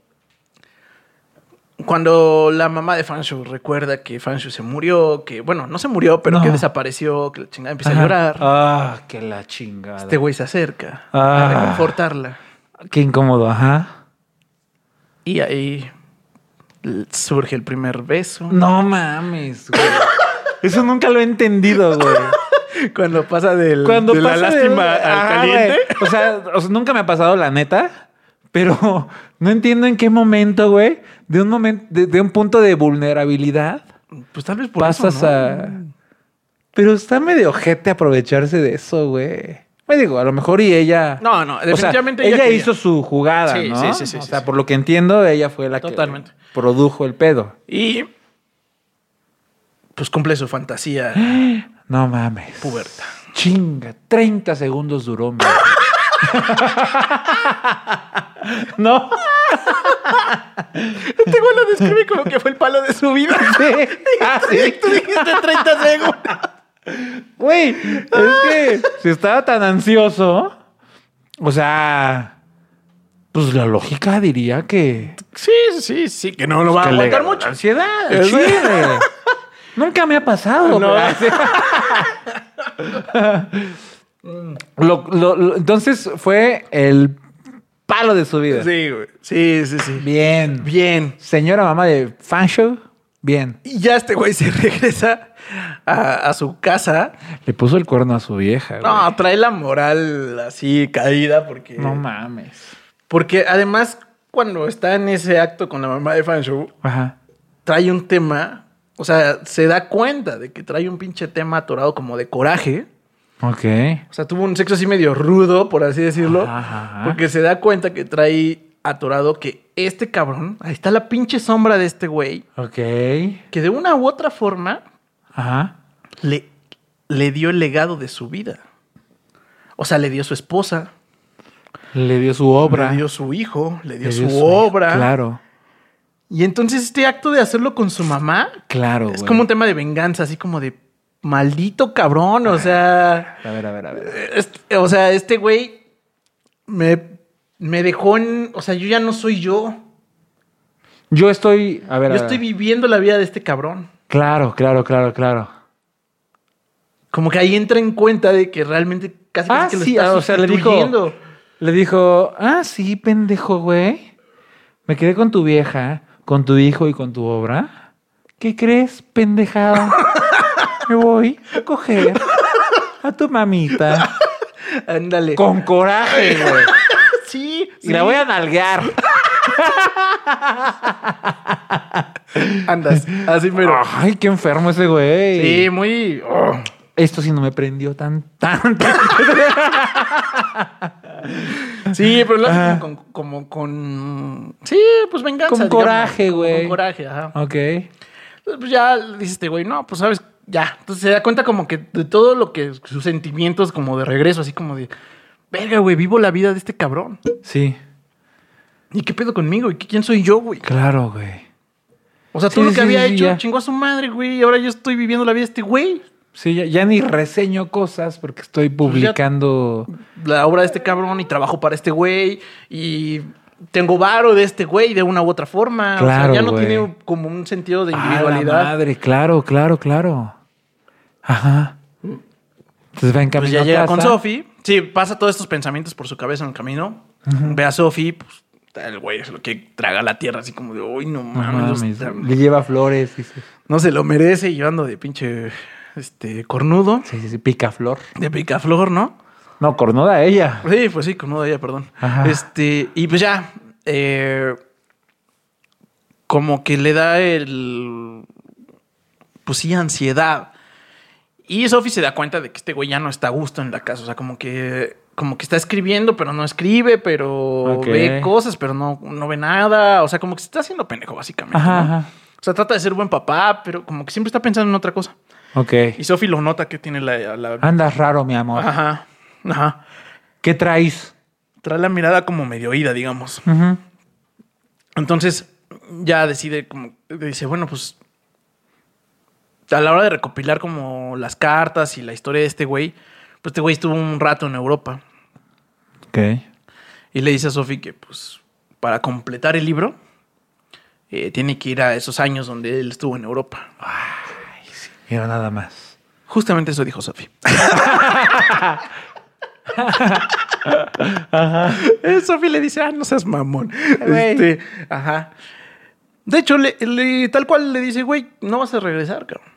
Cuando la mamá de Fanshu recuerda que Fanshu se murió, que bueno, no se murió, pero No. que desapareció, que la chingada empieza Ajá. a llorar. Ah, que la chingada. Este güey se acerca Ah. para confortarla. Qué incómodo, ajá. Y ahí l- surge el primer beso. No mames, güey. Eso nunca lo he entendido, güey. Cuando pasa del, Cuando de pasa la de- lástima Ajá, al caliente. güey. O sea, o sea, nunca me ha pasado la neta, pero no entiendo en qué momento, güey, de un momento, de, de un punto de vulnerabilidad Pues tal vez por pasas eso, ¿no? a. Pero está medio ojete aprovecharse de eso, güey. Me digo, a lo mejor y ella. No, no, O sea, definitivamente ella ella, quería. hizo su jugada, Sí, ¿no? sí, sí, sí, O sí, sea, sí. por lo que entiendo, ella fue la Totalmente. que produjo el pedo. Y pues cumple su fantasía No mames. puberta. Chinga, 30 segundos duró. man. no. Este güey lo describe como que fue el palo de su vida. Ah, sí. Tú dijiste 30 segundos. Güey, es que si estaba tan ansioso, o sea, pues la lógica diría que, Sí, sí, sí, que no lo va a que le aguantar ganó mucho. la ansiedad. Es Sí. Nunca me ha pasado. No. pero- Lo- lo- lo- entonces fue el palo de su vida. Sí, güey. Sí, sí, sí. Bien. Bien. Señora mamá de fan show, bien. Y ya este güey se regresa a, a su casa. Le puso el cuerno a su vieja. No, güey. trae la moral así caída porque... no mames. Porque además cuando está en ese acto con la mamá de Fanshow, Ajá. trae un tema... O sea, se da cuenta de que trae un pinche tema atorado como de coraje. Ok. O sea, tuvo un sexo así medio rudo, por así decirlo. Ajá, ajá. Porque se da cuenta que trae atorado que este cabrón, ahí está la pinche sombra de este güey, Ok. que de una u otra forma Ajá. le, le dio el legado de su vida. O sea, le dio su esposa, Le dio su obra. le dio su hijo, le dio, Le su, su- obra. Claro, Y entonces este acto de hacerlo con su mamá claro. es Oh, güey. como un tema de venganza, así como de maldito cabrón, o sea... A ver, a ver, a ver. Este- o sea, este güey me, me dejó en. O sea, yo ya no soy yo. Yo estoy. A ver, Yo a ver. estoy viviendo la vida de este cabrón. Claro, claro, claro, claro. Como que ahí entra en cuenta de que realmente casi, casi Ah, que sí, ah, o sea, le dijo- sustituyendo. Le dijo, ah, sí, pendejo, güey. Me quedé con tu vieja, con tu hijo y con tu obra. ¿Qué crees, pendejada? Me voy a coger a tu mamita. Ándale. Con coraje, güey. Sí, Y sí. la voy a nalguear. Andas. Así, pero. Ay, qué enfermo ese güey. Sí, muy. oh. Esto sí no me prendió tan, tan, tan. Sí, pero lo hace Ajá. como con, como con. Sí, pues venganza. Con digamos. coraje, güey. Con coraje, ajá. Ok. Entonces, Pues ya le dice este güey, no, pues sabes, ya. Entonces se da cuenta como que de todo lo que sus sentimientos como de regreso, así como de, verga, güey, vivo la vida de este cabrón. Sí, ¿Y qué pedo conmigo? ¿Y qué- quién soy yo, güey? claro, güey. O sea, Sí, todo lo sí, que había sí, hecho ya. chingó a su madre, güey. Y ahora yo estoy viviendo la vida de este güey. Sí, ya, ya ni reseño cosas porque Pues estoy publicando. La obra de este cabrón y trabajo para este güey. Y tengo varo de este güey de una u otra forma. Claro, o sea, ya no güey. tiene como un sentido de Ah, la individualidad. madre, claro, claro, claro. Ajá. Entonces va en Pues camino ya a llega casa. con Sophie. Sí, pasa todos estos pensamientos por su cabeza en el camino. Ve a Sophie, pues está el güey es lo que traga la tierra, así como de, uy, no No mames, mames, está- le lleva flores. dice. no se lo merece. Y yo ando de pinche este, cornudo, Sí, sí, sí, pica flor. de picaflor, ¿no? No, cornuda ella. Sí, pues sí, cornudo ella, perdón. Ajá. Este, y pues ya, eh, como que le da el, pues sí, ansiedad. Y Sophie se da cuenta de que este güey ya no está a gusto en la casa. O sea, como que, como que está escribiendo, pero no escribe, pero Ok. ve cosas, pero no, no ve nada. O sea, como que se está haciendo pendejo, básicamente. ¿no? Ajá, ajá. O sea, trata de ser buen papá, pero como que siempre está pensando en otra cosa. Ok. Y Sophie lo nota que tiene la. la- Andas raro, mi amor. Ajá. Ajá. ¿Qué traes? Trae la mirada como medio oída, digamos. Ujú. Entonces ya decide, como, dice, bueno, pues a la hora de recopilar como las cartas y la historia de este güey, pues este güey estuvo un rato en Europa Ok. y le dice a Sophie que pues para completar el libro eh, tiene que ir a esos años donde él estuvo en Europa. Mira, nada más. Justamente eso dijo Sophie. Eh, Sophie le dice, ah, no seas mamón. Güey. Este, ajá. De hecho, le- le- tal cual le dice, güey, no vas a regresar, cabrón.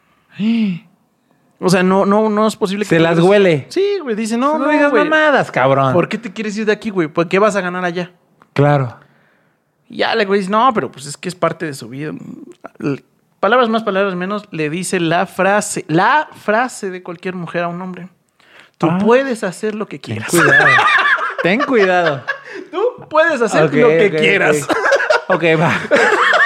O sea, no, no, no es posible que. Se tú las digas- huele. Sí, güey. Dice, no, No, no, digas güey. mamadas, cabrón. ¿Por qué te quieres ir de aquí, güey? ¿Por qué vas a ganar allá? Claro. Y ya le güey dice, no, pero pues es que es parte de su vida. Le- Palabras más, palabras menos, le dice la frase, la frase de cualquier mujer a un hombre. Tú Ah. puedes hacer lo que Ten quieras. cuidado. Ten cuidado. Tú puedes hacer Ok, lo que ok, quieras. Ok, Ok, va.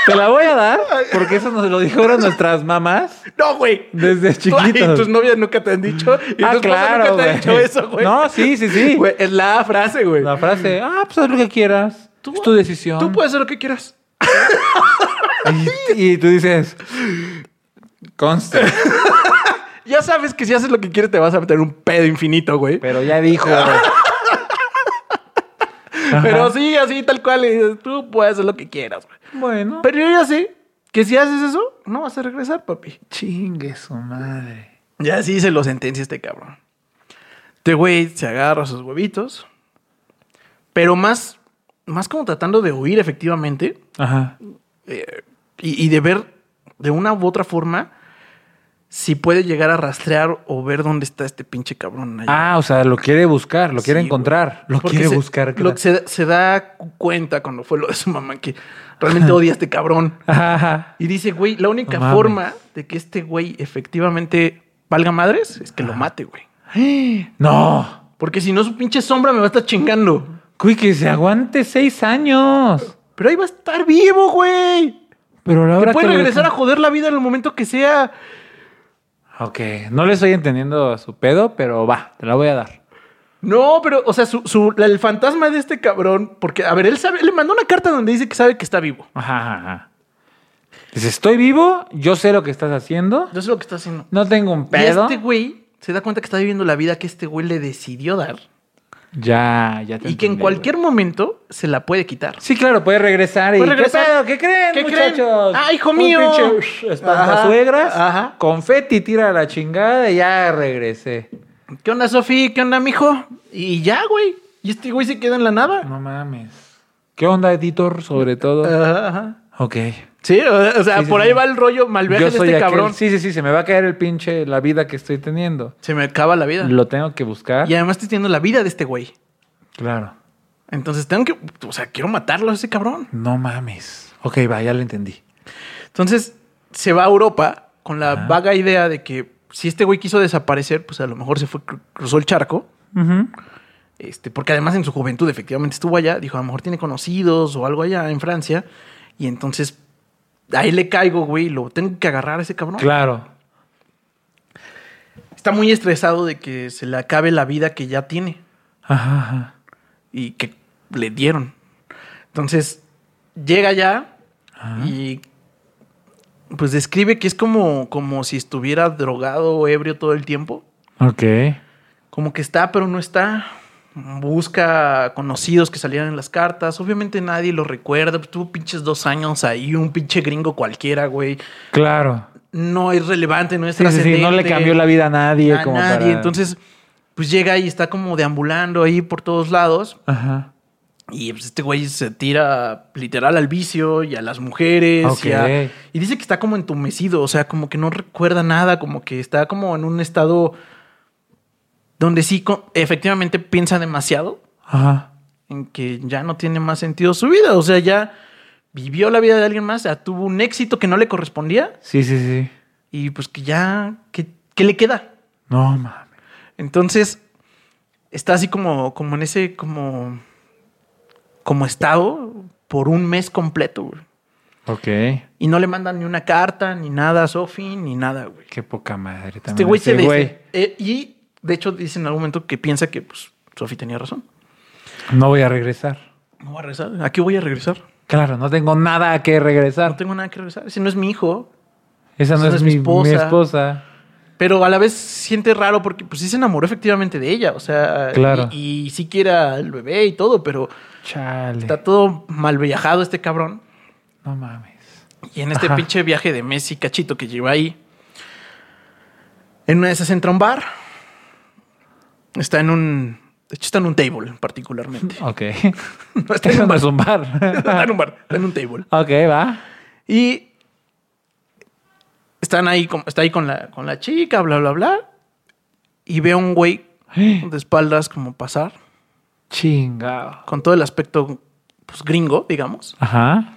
Te la voy a dar porque eso nos lo dijeron nuestras mamás No, güey. desde Tú- ay, pues, chiquitos. tus novias nunca te han dicho. Y Ah, tus claro, claro, nunca te han güey. dicho eso, güey. No, sí, sí, sí. Güey, es la frase, güey. La frase, ah, pues haz lo que quieras. Tú- es tu decisión. Tú puedes hacer lo que quieras. Y, y tú dices, conste. Ya sabes que si haces lo que quieres te vas a meter un pedo infinito, güey. Pero ya dijo. Pero sí, así tal cual. y dices, Tú puedes hacer lo que quieras, güey. Bueno. Pero yo ya sé que si haces eso, no vas a regresar, papi. Chingue su madre. Ya así se lo sentencia este cabrón. Este güey se agarra sus huevitos. Pero más, más como tratando de huir efectivamente. Ajá. eh, y, y de ver de una u otra forma si puede llegar a rastrear o ver dónde está este pinche cabrón. allá. Ah, o sea, lo quiere buscar, lo quiere Sí, encontrar, güey. lo Porque quiere se- buscar. Lo que se, se da cu- cuenta cuando fue lo de su mamá que realmente odia a este cabrón. Ajá, ajá. Y dice, güey, la única No mames. forma de que este güey efectivamente valga madres es que lo mate, güey. No. Porque si no, su pinche sombra me va a estar chingando. Uy, que se aguante seis años. Pero ahí va a estar vivo, güey. Pero la Te hora puede que lo regresar a dejan- joder la vida en el momento que sea. Ok, no le estoy entendiendo a su pedo, pero va, te la voy a dar. No, pero, o sea, su, su- la- el fantasma de este cabrón, porque, a ver, él sabe, le mandó una carta donde dice que sabe que está vivo. Ajá, ajá, ajá. Dice, estoy vivo, yo sé lo que estás haciendo, Yo sé lo que está haciendo. no tengo un Y pedo. este güey se da cuenta que está viviendo la vida que este güey le decidió dar. Ya, ya te Y que en entendí, cualquier güey. momento se la puede quitar. Sí, claro, puede regresar y... Puede regresar. ¿Qué pedo? ¿Qué creen, ¿Qué creen? muchachos? Ah, hijo Un mío. pinche, ush, espantasuegras, Ajá. confeti, tira la chingada y ya regresé. ¿Qué onda, Sofi? ¿Qué onda, mijo? Y ya, güey. Y este güey se queda en la nada. No mames. ¿Qué onda, editor, sobre todo? Ajá, ajá. Ok. Sí, o o sea, Sí, sí, por ahí sí. va el rollo mal viaje Yo de soy este aquel- cabrón. Sí, sí, sí, se me va a caer el pinche, la vida que estoy teniendo. Se me acaba la vida. Lo tengo que buscar. Y además estoy teniendo la vida de este güey. Claro. Entonces tengo que, o sea, quiero matarlo a ese cabrón. No mames. Ok, va, ya lo entendí. Entonces se va a Europa con la Ajá. vaga idea de que si este güey quiso desaparecer, pues a lo mejor se fue, cru- cruzó el charco. Este, porque además en su juventud efectivamente estuvo allá, dijo, a lo mejor tiene conocidos o algo allá en Francia, y entonces ahí le caigo, güey, lo tengo que agarrar a ese cabrón. Claro. Está muy estresado de que se le acabe la vida que ya tiene Ajá, ajá. y que le dieron. Entonces llega allá Ajá. y pues describe que es como, como si estuviera drogado o ebrio todo el tiempo. Ok. como que está, pero no está. Busca conocidos que salieran en las cartas. Obviamente nadie lo recuerda. pues, Tuvo pinches dos años ahí, un pinche gringo cualquiera, güey. Claro. No es relevante, no es Sí, sí, sí, trascendente. no le cambió la vida a nadie. a como nadie. para- Entonces, pues llega y está como deambulando ahí por todos lados. Ajá. Y pues, este güey se tira literal al vicio y a las mujeres. Y, a- Ok. y dice que está como entumecido, o sea, como que no recuerda nada, como que está como en un estado donde sí co- efectivamente piensa demasiado Ajá. en que ya no tiene más sentido su vida. O sea, ya vivió la vida de alguien más, ya tuvo un éxito que no le correspondía Sí, sí, sí. y pues que ya, ¿qué, qué le queda? No mames. Entonces, está así como, como en ese como, como estado por un mes completo, güey. Ok. Y no le mandan ni una carta, ni nada a Sofi, ni nada, güey. Qué poca madre. también Este güey se ese dice. eh, y de hecho dice en algún momento que piensa que pues Sofi tenía razón. No voy a regresar. No voy a regresar. ¿A qué voy a regresar? Claro, no tengo nada a que regresar. No tengo nada que regresar. Ese no es mi hijo. Esa no, es, mi, mi esposa. Pero a la vez siente raro porque pues sí se enamoró efectivamente de ella. O sea, Claro. y, y sí quiere al bebé y todo, pero Chale. está todo mal viajado este cabrón. No mames. Y en este Ajá. pinche viaje de Messi cachito que lleva ahí, en una de esas entra a un bar. Está en un. De hecho, está en un table, particularmente. Ok. No, está en Eso un no bar. es un bar. Está en un bar, está en un table. ok, va. Y Están ahí, como- está ahí con la, con la chica, bla, bla, bla. Y ve a un güey de espaldas como pasar, Chingado. con todo el aspecto pues, gringo, digamos. Ajá.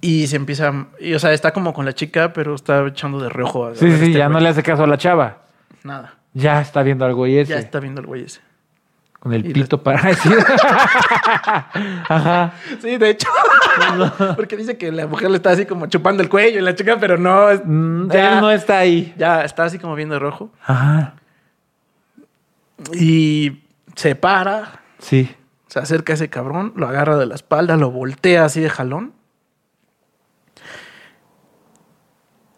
Y se empieza, y, o sea, está como con la chica, pero está echando de reojo. a- Sí, a sí, ver este ya no güey. le hace caso a la chava. Nada, Ya está viendo algo y ese. ya está viendo el güey ese. Con el Y pito para decir. Ajá. Sí, de hecho. Porque dice que la mujer le está así como chupando el cuello y la chica, pero no. es- Mm, ya, Él no está ahí. ya está así como viendo de rojo. Ajá. Y se para, Sí. se acerca a ese cabrón, lo agarra de la espalda, lo voltea así de jalón.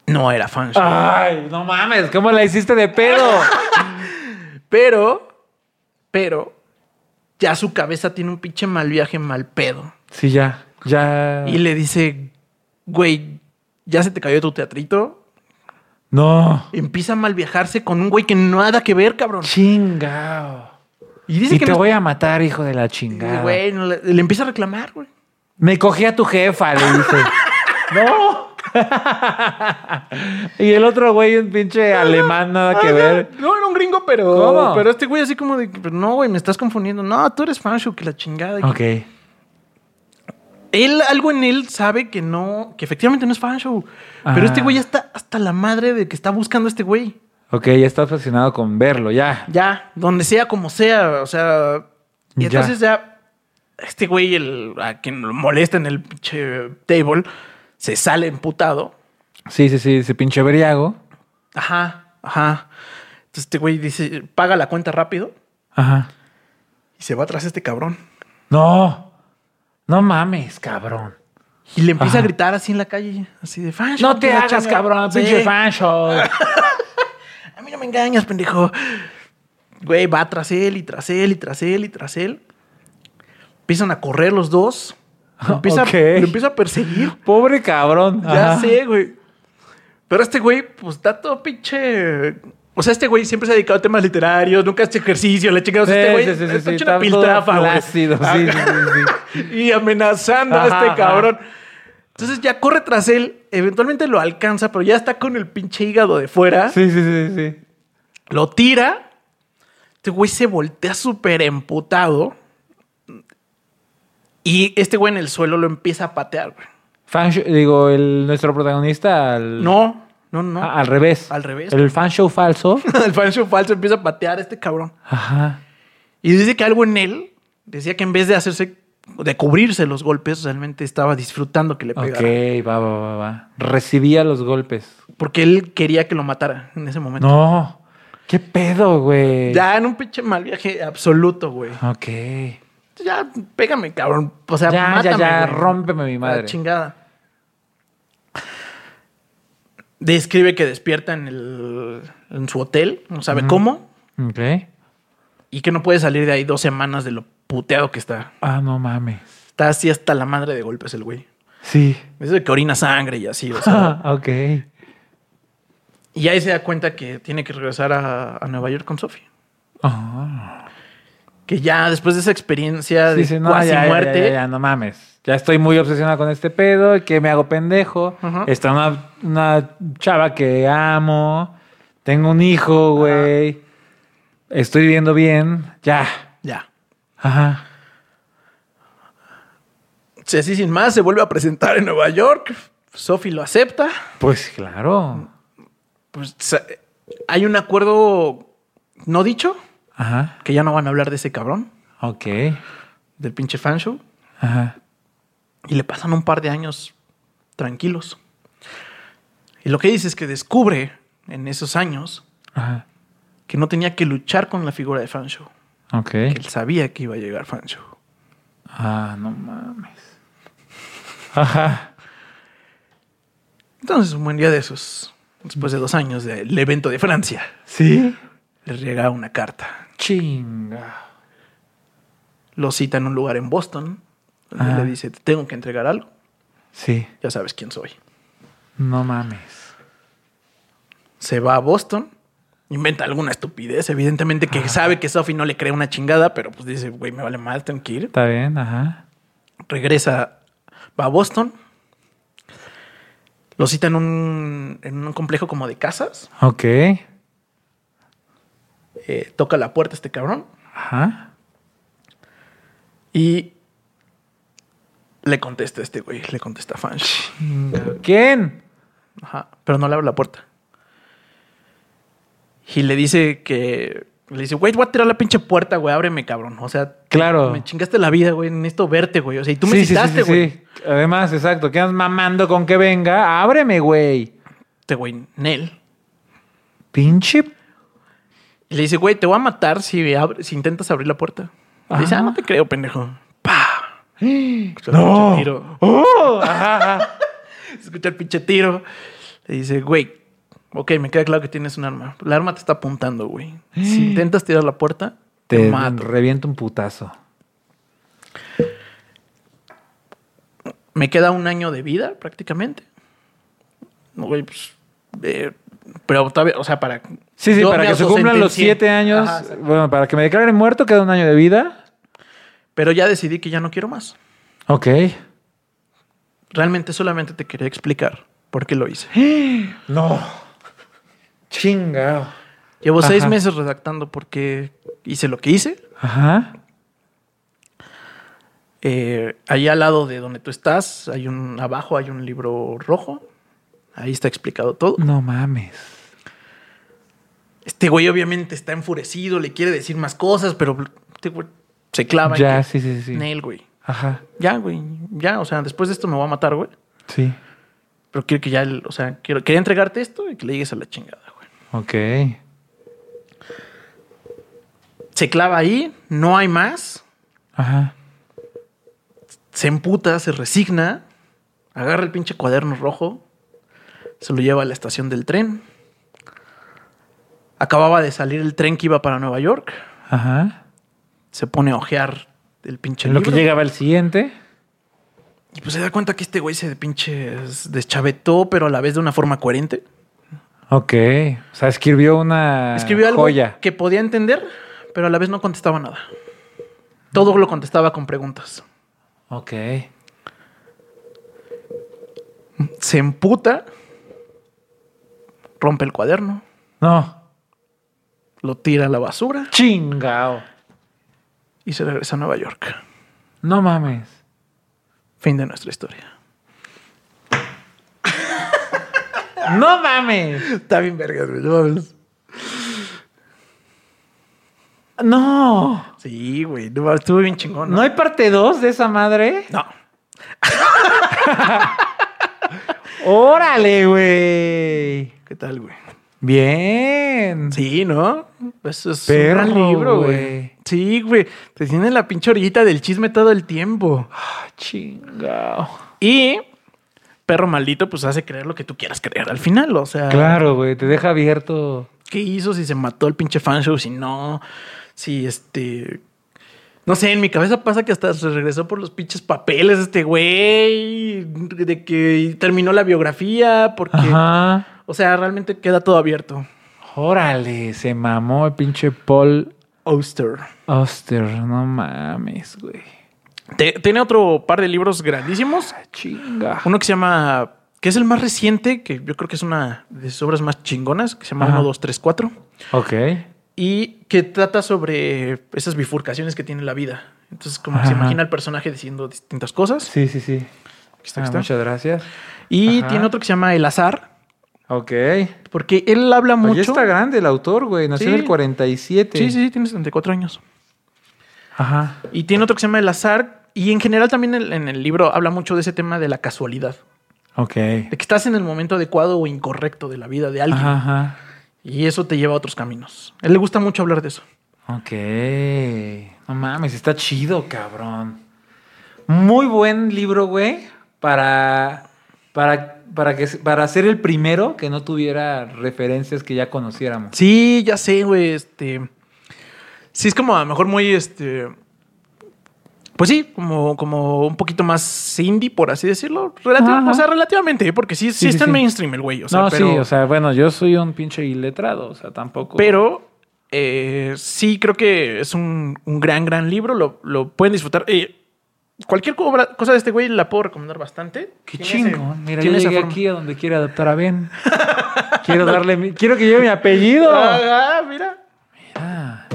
No era fan. Ah. Ay, no mames, ¿cómo la hiciste de pedo? Pero, pero, ya su cabeza tiene un pinche mal viaje, mal pedo. Sí, ya. Ya. Y le dice, güey, ya se te cayó tu teatrito. No. Empieza a mal viajarse con un güey que nada que ver, cabrón. Chingao. Y dice Y que te no- voy a matar, hijo de la dice, chingada. güey, no le, le empieza a reclamar, güey. Me cogí a tu jefa, le dice. ¡No! y el otro güey, un pinche alemán, nada que Ah, ver. No, era un gringo, pero. ¿Cómo? Pero este güey, así como de. pero No, güey, me estás confundiendo. No, tú eres fanshow, que la chingada. Ok. Él, algo en él sabe que no. Que efectivamente no es fanshow. Ah. Pero este güey ya está hasta la madre de que está buscando a este güey. Ok, ya está obsesionado con verlo, ya. Ya, donde sea, como sea. O sea. Y Ya. entonces ya. Este güey, el, a quien lo molesta en el pinche table, se sale emputado. Sí, sí, sí, ese pinche briago. Ajá, ajá. Entonces este güey dice: paga la cuenta rápido Ajá. y se va atrás de este cabrón. No. No mames, cabrón. Y le empieza Ajá. a gritar así en la calle, así de fan. No te hagas, cabrón, pinche fan show. A mí no me engañas, pendejo. Güey, va tras él y tras él y tras él y tras él. Empiezan a correr los dos. Lo empieza, Ok. lo empieza a perseguir. Pobre cabrón. Ya Ajá. sé, güey. Pero este güey, pues está todo pinche. O sea, este güey siempre se ha dedicado a temas literarios, nunca ha hecho ejercicio, le chingada. O sea, Sí, este güey sí, sí, sí, está sí, hecho una está todo piltrafa, güey. Ah, flácido, sí, Ajá. sí, sí, y amenazando Ajá, a este ajá. cabrón. Entonces ya corre tras él, eventualmente lo alcanza, pero ya está con el pinche hígado de fuera. Sí, sí, sí, sí. Lo tira. Este güey se voltea súper emputado. Y este güey en el suelo lo empieza a patear, güey. Fan show- digo, el, nuestro protagonista al, No, no, no. Ah, al revés. Al revés. El fan show falso. el falso falso empieza a patear a este cabrón. Ajá. Y dice que algo en él decía que en vez de hacerse, de cubrirse los golpes, realmente estaba disfrutando que le Ok, pegara. va, va, va, va. Recibía los golpes. Porque él quería que lo matara en ese momento. No. ¿Qué pedo, güey? Ya en un pinche mal viaje absoluto, güey. Ok. Ya, pégame, cabrón. O sea, Ya, ya, mátame, ya, güey. rómpeme mi La madre. chingada. Describe que despierta en, el, en su hotel, no sabe cómo, Ok. y que no puede salir de ahí dos semanas de lo puteado que está. Ah, no mames. Está así hasta la madre de golpes el güey. Sí. Eso de que orina sangre y así, o sea. Ah, ok. y ahí se da cuenta que tiene que regresar a, a Nueva York con Sophie. Ah. Que ya después de esa experiencia Sí, de sí, no, cuasi ya, ya, muerte, ya, ya, no mames. Ya estoy muy obsesionado con este pedo, que me hago pendejo. Ajá. Está una, una chava que amo. Tengo un hijo, güey. Estoy viviendo bien. Ya. ya. Ajá. Sí, Así sin más, se vuelve a presentar en Nueva York. Sophie lo acepta. Pues claro. Pues sa- hay un acuerdo no dicho Ajá. que ya no van a hablar de ese cabrón, Ok. del pinche fan show. Ajá. Y le pasan un par de años tranquilos. Y lo que dice es que descubre en esos años Ajá. que no tenía que luchar con la figura de fan show. Ok. Que él sabía que iba a llegar fan show. Ah, no mames. Ajá. Entonces, un buen día de esos, después de dos años del evento de Francia, ¿Sí? les llega una carta. Chinga. Lo cita en un lugar en Boston, donde Ah. le dice, te tengo que entregar algo, Sí. ya sabes quién soy. No mames. se va a Boston, inventa alguna estupidez, evidentemente que sabe que Sophie no le cree una chingada, pero pues dice, güey, me vale mal, tengo que ir. Está bien, ajá. Regresa, va a Boston, Lo citan en un, en un complejo como de casas. Ok. Eh, toca la puerta este cabrón Ajá. y le contesta este güey. Le contesta Fanch. ¿Quién? Ajá, pero no le abre la puerta. Y le dice que. Le dice, güey, te voy a tirar la pinche puerta, güey, ábreme, cabrón. O sea, Claro. me chingaste la vida, güey, necesito verte, güey. O sea, y tú me Sí, sí, sí, citaste, sí, güey. sí. Además, exacto. Quedas mamando con que venga. Ábreme, güey. Este güey, Nel. Pinche. Y le dice, güey, te voy a matar si, abre- si intentas abrir la puerta. Le dice, ah, no te creo, pendejo. Pa. Escucha el pinche tiro. ¡Oh! Ajá, ajá. Escucha el pinche tiro. Le dice, güey, ok, me queda claro que tienes un arma. La arma te está apuntando, güey. Si intentas tirar la puerta, te, Te mato. reviento un putazo. me queda un año de vida prácticamente. No, güey, pues, eh, pero todavía, o sea, para... Sí, sí, yo para me que se cumplan los autosentencié. siete años. Ajá, exacto. bueno, para que me declaren muerto queda un año de vida. pero ya decidí que ya no quiero más. Ok. Realmente solamente te quería explicar por qué lo hice. No. Chingado. Llevo seis Ajá. meses redactando por qué hice lo que hice. Ajá. Eh, ahí al lado de donde tú estás, hay un abajo, hay un libro rojo. Ahí está explicado todo. No mames. Este güey obviamente está enfurecido, le quiere decir más cosas, pero este güey se clava. en Ya, que- sí, sí, sí. Nel, güey. Ajá. ya, güey, ya, o sea, después de esto me voy a matar, güey. Sí. Pero quiero que ya, el- o sea, quiero, quería entregarte esto y que le llegues a la chingada, güey. Ok. Se clava ahí, no hay más, Ajá. se emputa, se resigna, agarra el pinche cuaderno rojo, se lo lleva a la estación del tren. Acababa de salir el tren que iba para Nueva York, Ajá. se pone a ojear el pinche En lo que libro. llegaba el siguiente. Y pues se da cuenta que este güey se de pinches deschavetó, pero a la vez de una forma coherente. Ok. O sea, escribió una Escribió algo Ah, joya. que podía entender, pero a la vez no contestaba nada. Todo lo contestaba con preguntas. Ok. Se emputa, rompe el cuaderno, No. lo tira a la basura Chingao. y se regresa a Nueva York. No mames. Fin de nuestra historia. No mames. Está bien vergas, güey. no mames. No. Sí, güey. no mames, Estuvo bien chingón. ¿No hay parte 2 de esa madre? No. Órale, güey. ¿Qué tal, güey? Bien. Sí, ¿no? Eso es Perro, gran güey. Sí, güey. Te tiene la pinche orillita del chisme todo el tiempo. Ah, chingao. Y perro maldito, pues hace creer lo que tú quieras creer al final. O sea, Claro, güey. Te deja abierto. ¿qué hizo? Si se mató el pinche fanshow, si no, si este. No sé, en mi cabeza pasa que hasta se regresó por los pinches papeles este güey, de que terminó la biografía, porque. Ajá. O sea, realmente queda todo abierto. Órale, se mamó el pinche Paul Oster. Oster. No mames, güey. Te- tiene otro par de libros grandísimos. Ah, Chinga. Uno que se llama. que es el más reciente, que yo creo que es una de sus obras más chingonas, que se llama Ajá. 1, 2, 3, 4. Ok. y que trata sobre esas bifurcaciones que tiene la vida. Entonces, como que se Ajá. imagina el personaje diciendo distintas cosas. Sí, sí, sí. Aquí está, Ah, aquí está. Muchas gracias. Y Ajá. tiene otro que se llama El Azar, Ok. porque él habla Oye, mucho. está grande el autor, güey. Nació en Sí. el 47. sí, sí, sí, tiene 74 años. Ajá. Y tiene otro que se llama El Azar. Y en general también en, en el libro habla mucho de ese tema de la casualidad. Ok. De que estás en el momento adecuado o incorrecto de la vida de alguien. Ajá, ajá. Y eso te lleva a otros caminos. A él le gusta mucho hablar de eso. Ok. No mames, está chido, cabrón. Muy buen libro, güey, para para para que para ser el primero que no tuviera referencias que ya conociéramos. Sí, ya sé, güey, este... Sí, es como a lo mejor muy, este... Pues sí, como, como un poquito más indie, por así decirlo. Relati- Ajá. o sea, relativamente, ¿eh? porque sí, sí, Sí, sí, está en sí. mainstream el güey. O sea, no, pero, sí, o sea, bueno, yo soy un pinche iletrado, o sea, tampoco. pero eh, sí creo que es un, un gran, gran libro. Lo, lo pueden disfrutar. Eh, Cualquier cobra- cosa de este güey la puedo recomendar bastante. Qué Tiene ese- chingo. Mira, yo tiene esa llegué forma. aquí a donde quiere adoptar a Ben. Quiero darle mi- Quiero que lleve mi apellido. Ajá, ah, mira. Ah,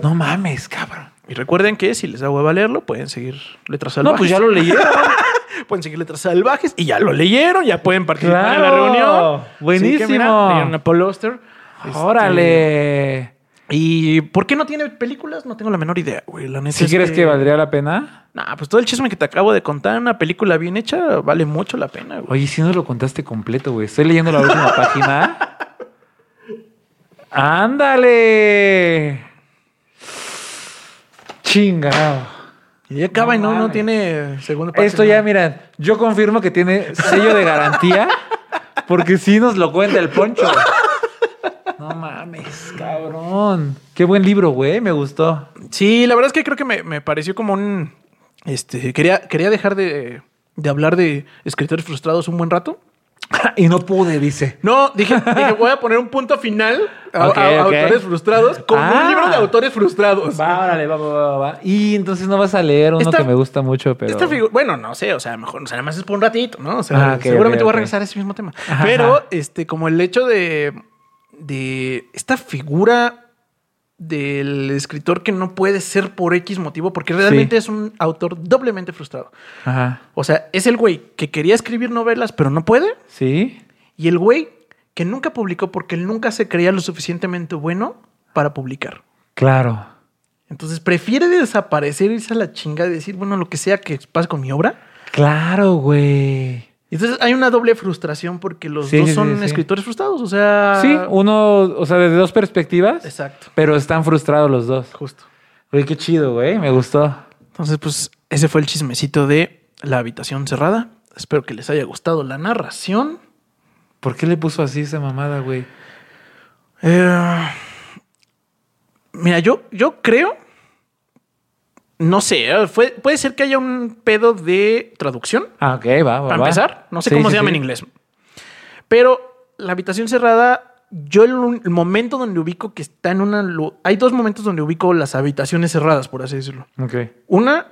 no mames, cabrón. Y recuerden que si les da hueva leerlo, pueden seguir letras salvajes. No, pues ya lo leyeron. Pueden seguir letras salvajes y ya lo leyeron, ya pueden participar en la Claro. reunión. Buenísimo. Así que mira, leyeron a Paul Auster. Este, Órale. ¿Y por qué no tiene películas? No tengo la menor idea, güey. La neta ¿Si es crees que valdría la pena? Nah, pues todo el chisme que te acabo de contar, una película bien hecha, vale mucho la pena, güey. Oye, si no lo contaste completo, güey. Estoy leyendo la última página. ¡Ándale! Chingado. Y ya acaba y no, no mames. tiene segunda parte. Esto ya, ¿no? miran, yo confirmo que tiene sello de garantía porque sí nos lo cuenta el poncho. No mames, cabrón. Qué buen libro, güey. Me gustó. Sí, la verdad es que creo que me, me pareció como un. Este, quería, quería dejar de, de hablar de escritores frustrados un buen rato. Y no pude, dice. No, dije, dije, voy a poner un punto final a, Ok, a- a ok. autores frustrados con Ah. un libro de autores frustrados. Va, órale, va, va, va, va. Y entonces no vas a leer uno Pues Esta- que me gusta mucho, pero. Esta figu- bueno, no sé, o sea, a lo mejor, o sea, nada más es por un ratito, ¿no? O sea, Ah, ok, seguramente ok, voy a ok. regresar a ese mismo tema. Ajá. Pero, este, como el hecho de, de esta figura del escritor que no puede ser por X motivo, porque realmente es un autor doblemente frustrado. Ajá. O sea, es el güey que quería escribir novelas, pero no puede, ¿Sí? y el güey que nunca publicó porque él nunca se creía lo suficientemente bueno para publicar. Claro. Entonces prefiere desaparecer, irse a la chinga y decir, bueno, lo que sea que pase con mi obra, Claro, güey. Entonces hay una doble frustración porque los Sí, dos sí, son sí, sí. escritores frustrados, o sea... Sí, uno, o sea, desde dos perspectivas, Ah. Exacto, pero están frustrados los dos. justo. Güey, qué chido, güey. Me gustó. Entonces, pues ese fue el chismecito de La habitación cerrada. Espero que les haya gustado la narración. ¿Por qué le puso así esa mamada, güey? Eh, mira, yo, yo creo... No sé, eh, fue- puede ser que haya un pedo de traducción, Ah, ok, va, va. para va. empezar. No sé Sí, cómo sí, se llama en sí. inglés. Pero La habitación cerrada, yo el, un- el momento donde ubico que está en una... lu- Hay dos momentos donde ubico las habitaciones cerradas, por así decirlo. Ok. Una,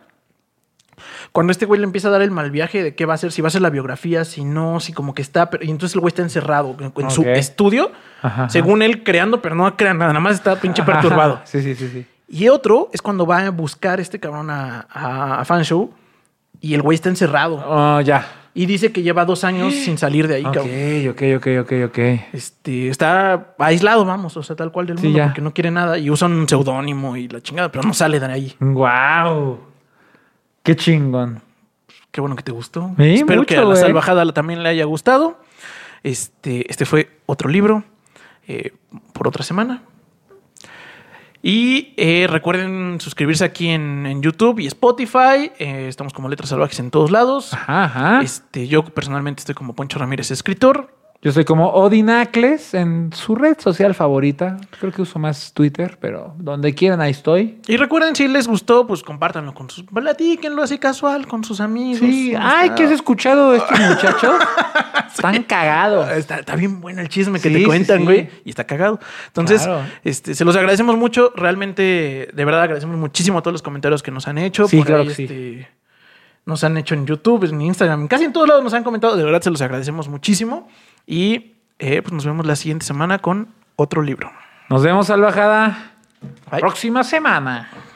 cuando este güey le empieza a dar el mal viaje de qué va a hacer, si va a hacer la biografía, si no, si como que está, pero, y entonces el güey está encerrado en, en su Ok. estudio, Ajá. según él creando, pero no crea nada, nada más está pinche Ajá. perturbado. Sí, sí, sí, sí. Y otro es cuando va a buscar este cabrón a, a, a Fanshow y el güey está encerrado Oh, ya. y dice que lleva dos años sin salir de ahí, Ok, cabrón. ok, ok, ok, ok. Este, está aislado, vamos, o sea, tal cual del Sí, mundo, ya. porque no quiere nada y usa un seudónimo y la chingada, pero no sale de ahí. Wow. Qué chingón. Qué bueno que te gustó. Sí, Espero que mucho, a la güey. salvajada la- también le haya gustado. Este, este fue otro libro eh, por otra semana. Y eh, recuerden suscribirse aquí en, en YouTube y Spotify. Eh, estamos como Letras Salvajes en todos lados. Ajá, ajá. Este, yo personalmente estoy como Poncho Ramírez, escritor. Yo soy como Odinacles en su red social favorita. Creo que uso más Twitter, pero donde quieran ahí estoy. Y recuerden, si les gustó, pues compártanlo con sus... Platíquenlo así casual con sus amigos. Sí, Ahí ay, está. ¿qué has escuchado de este estos muchachos? Están cagados. Está, está bien bueno el chisme que Sí, te sí, cuentan, sí. güey. Y está cagado. Entonces, Claro. este, se los agradecemos mucho. Realmente, de verdad, agradecemos muchísimo a todos los comentarios que nos han hecho. Sí, claro que sí. este, Nos han hecho en YouTube, en Instagram, casi en todos lados nos han comentado. De verdad, se los agradecemos muchísimo. Y eh, pues nos vemos la siguiente semana con otro libro. Nos vemos, salvajada. Bye. Próxima semana.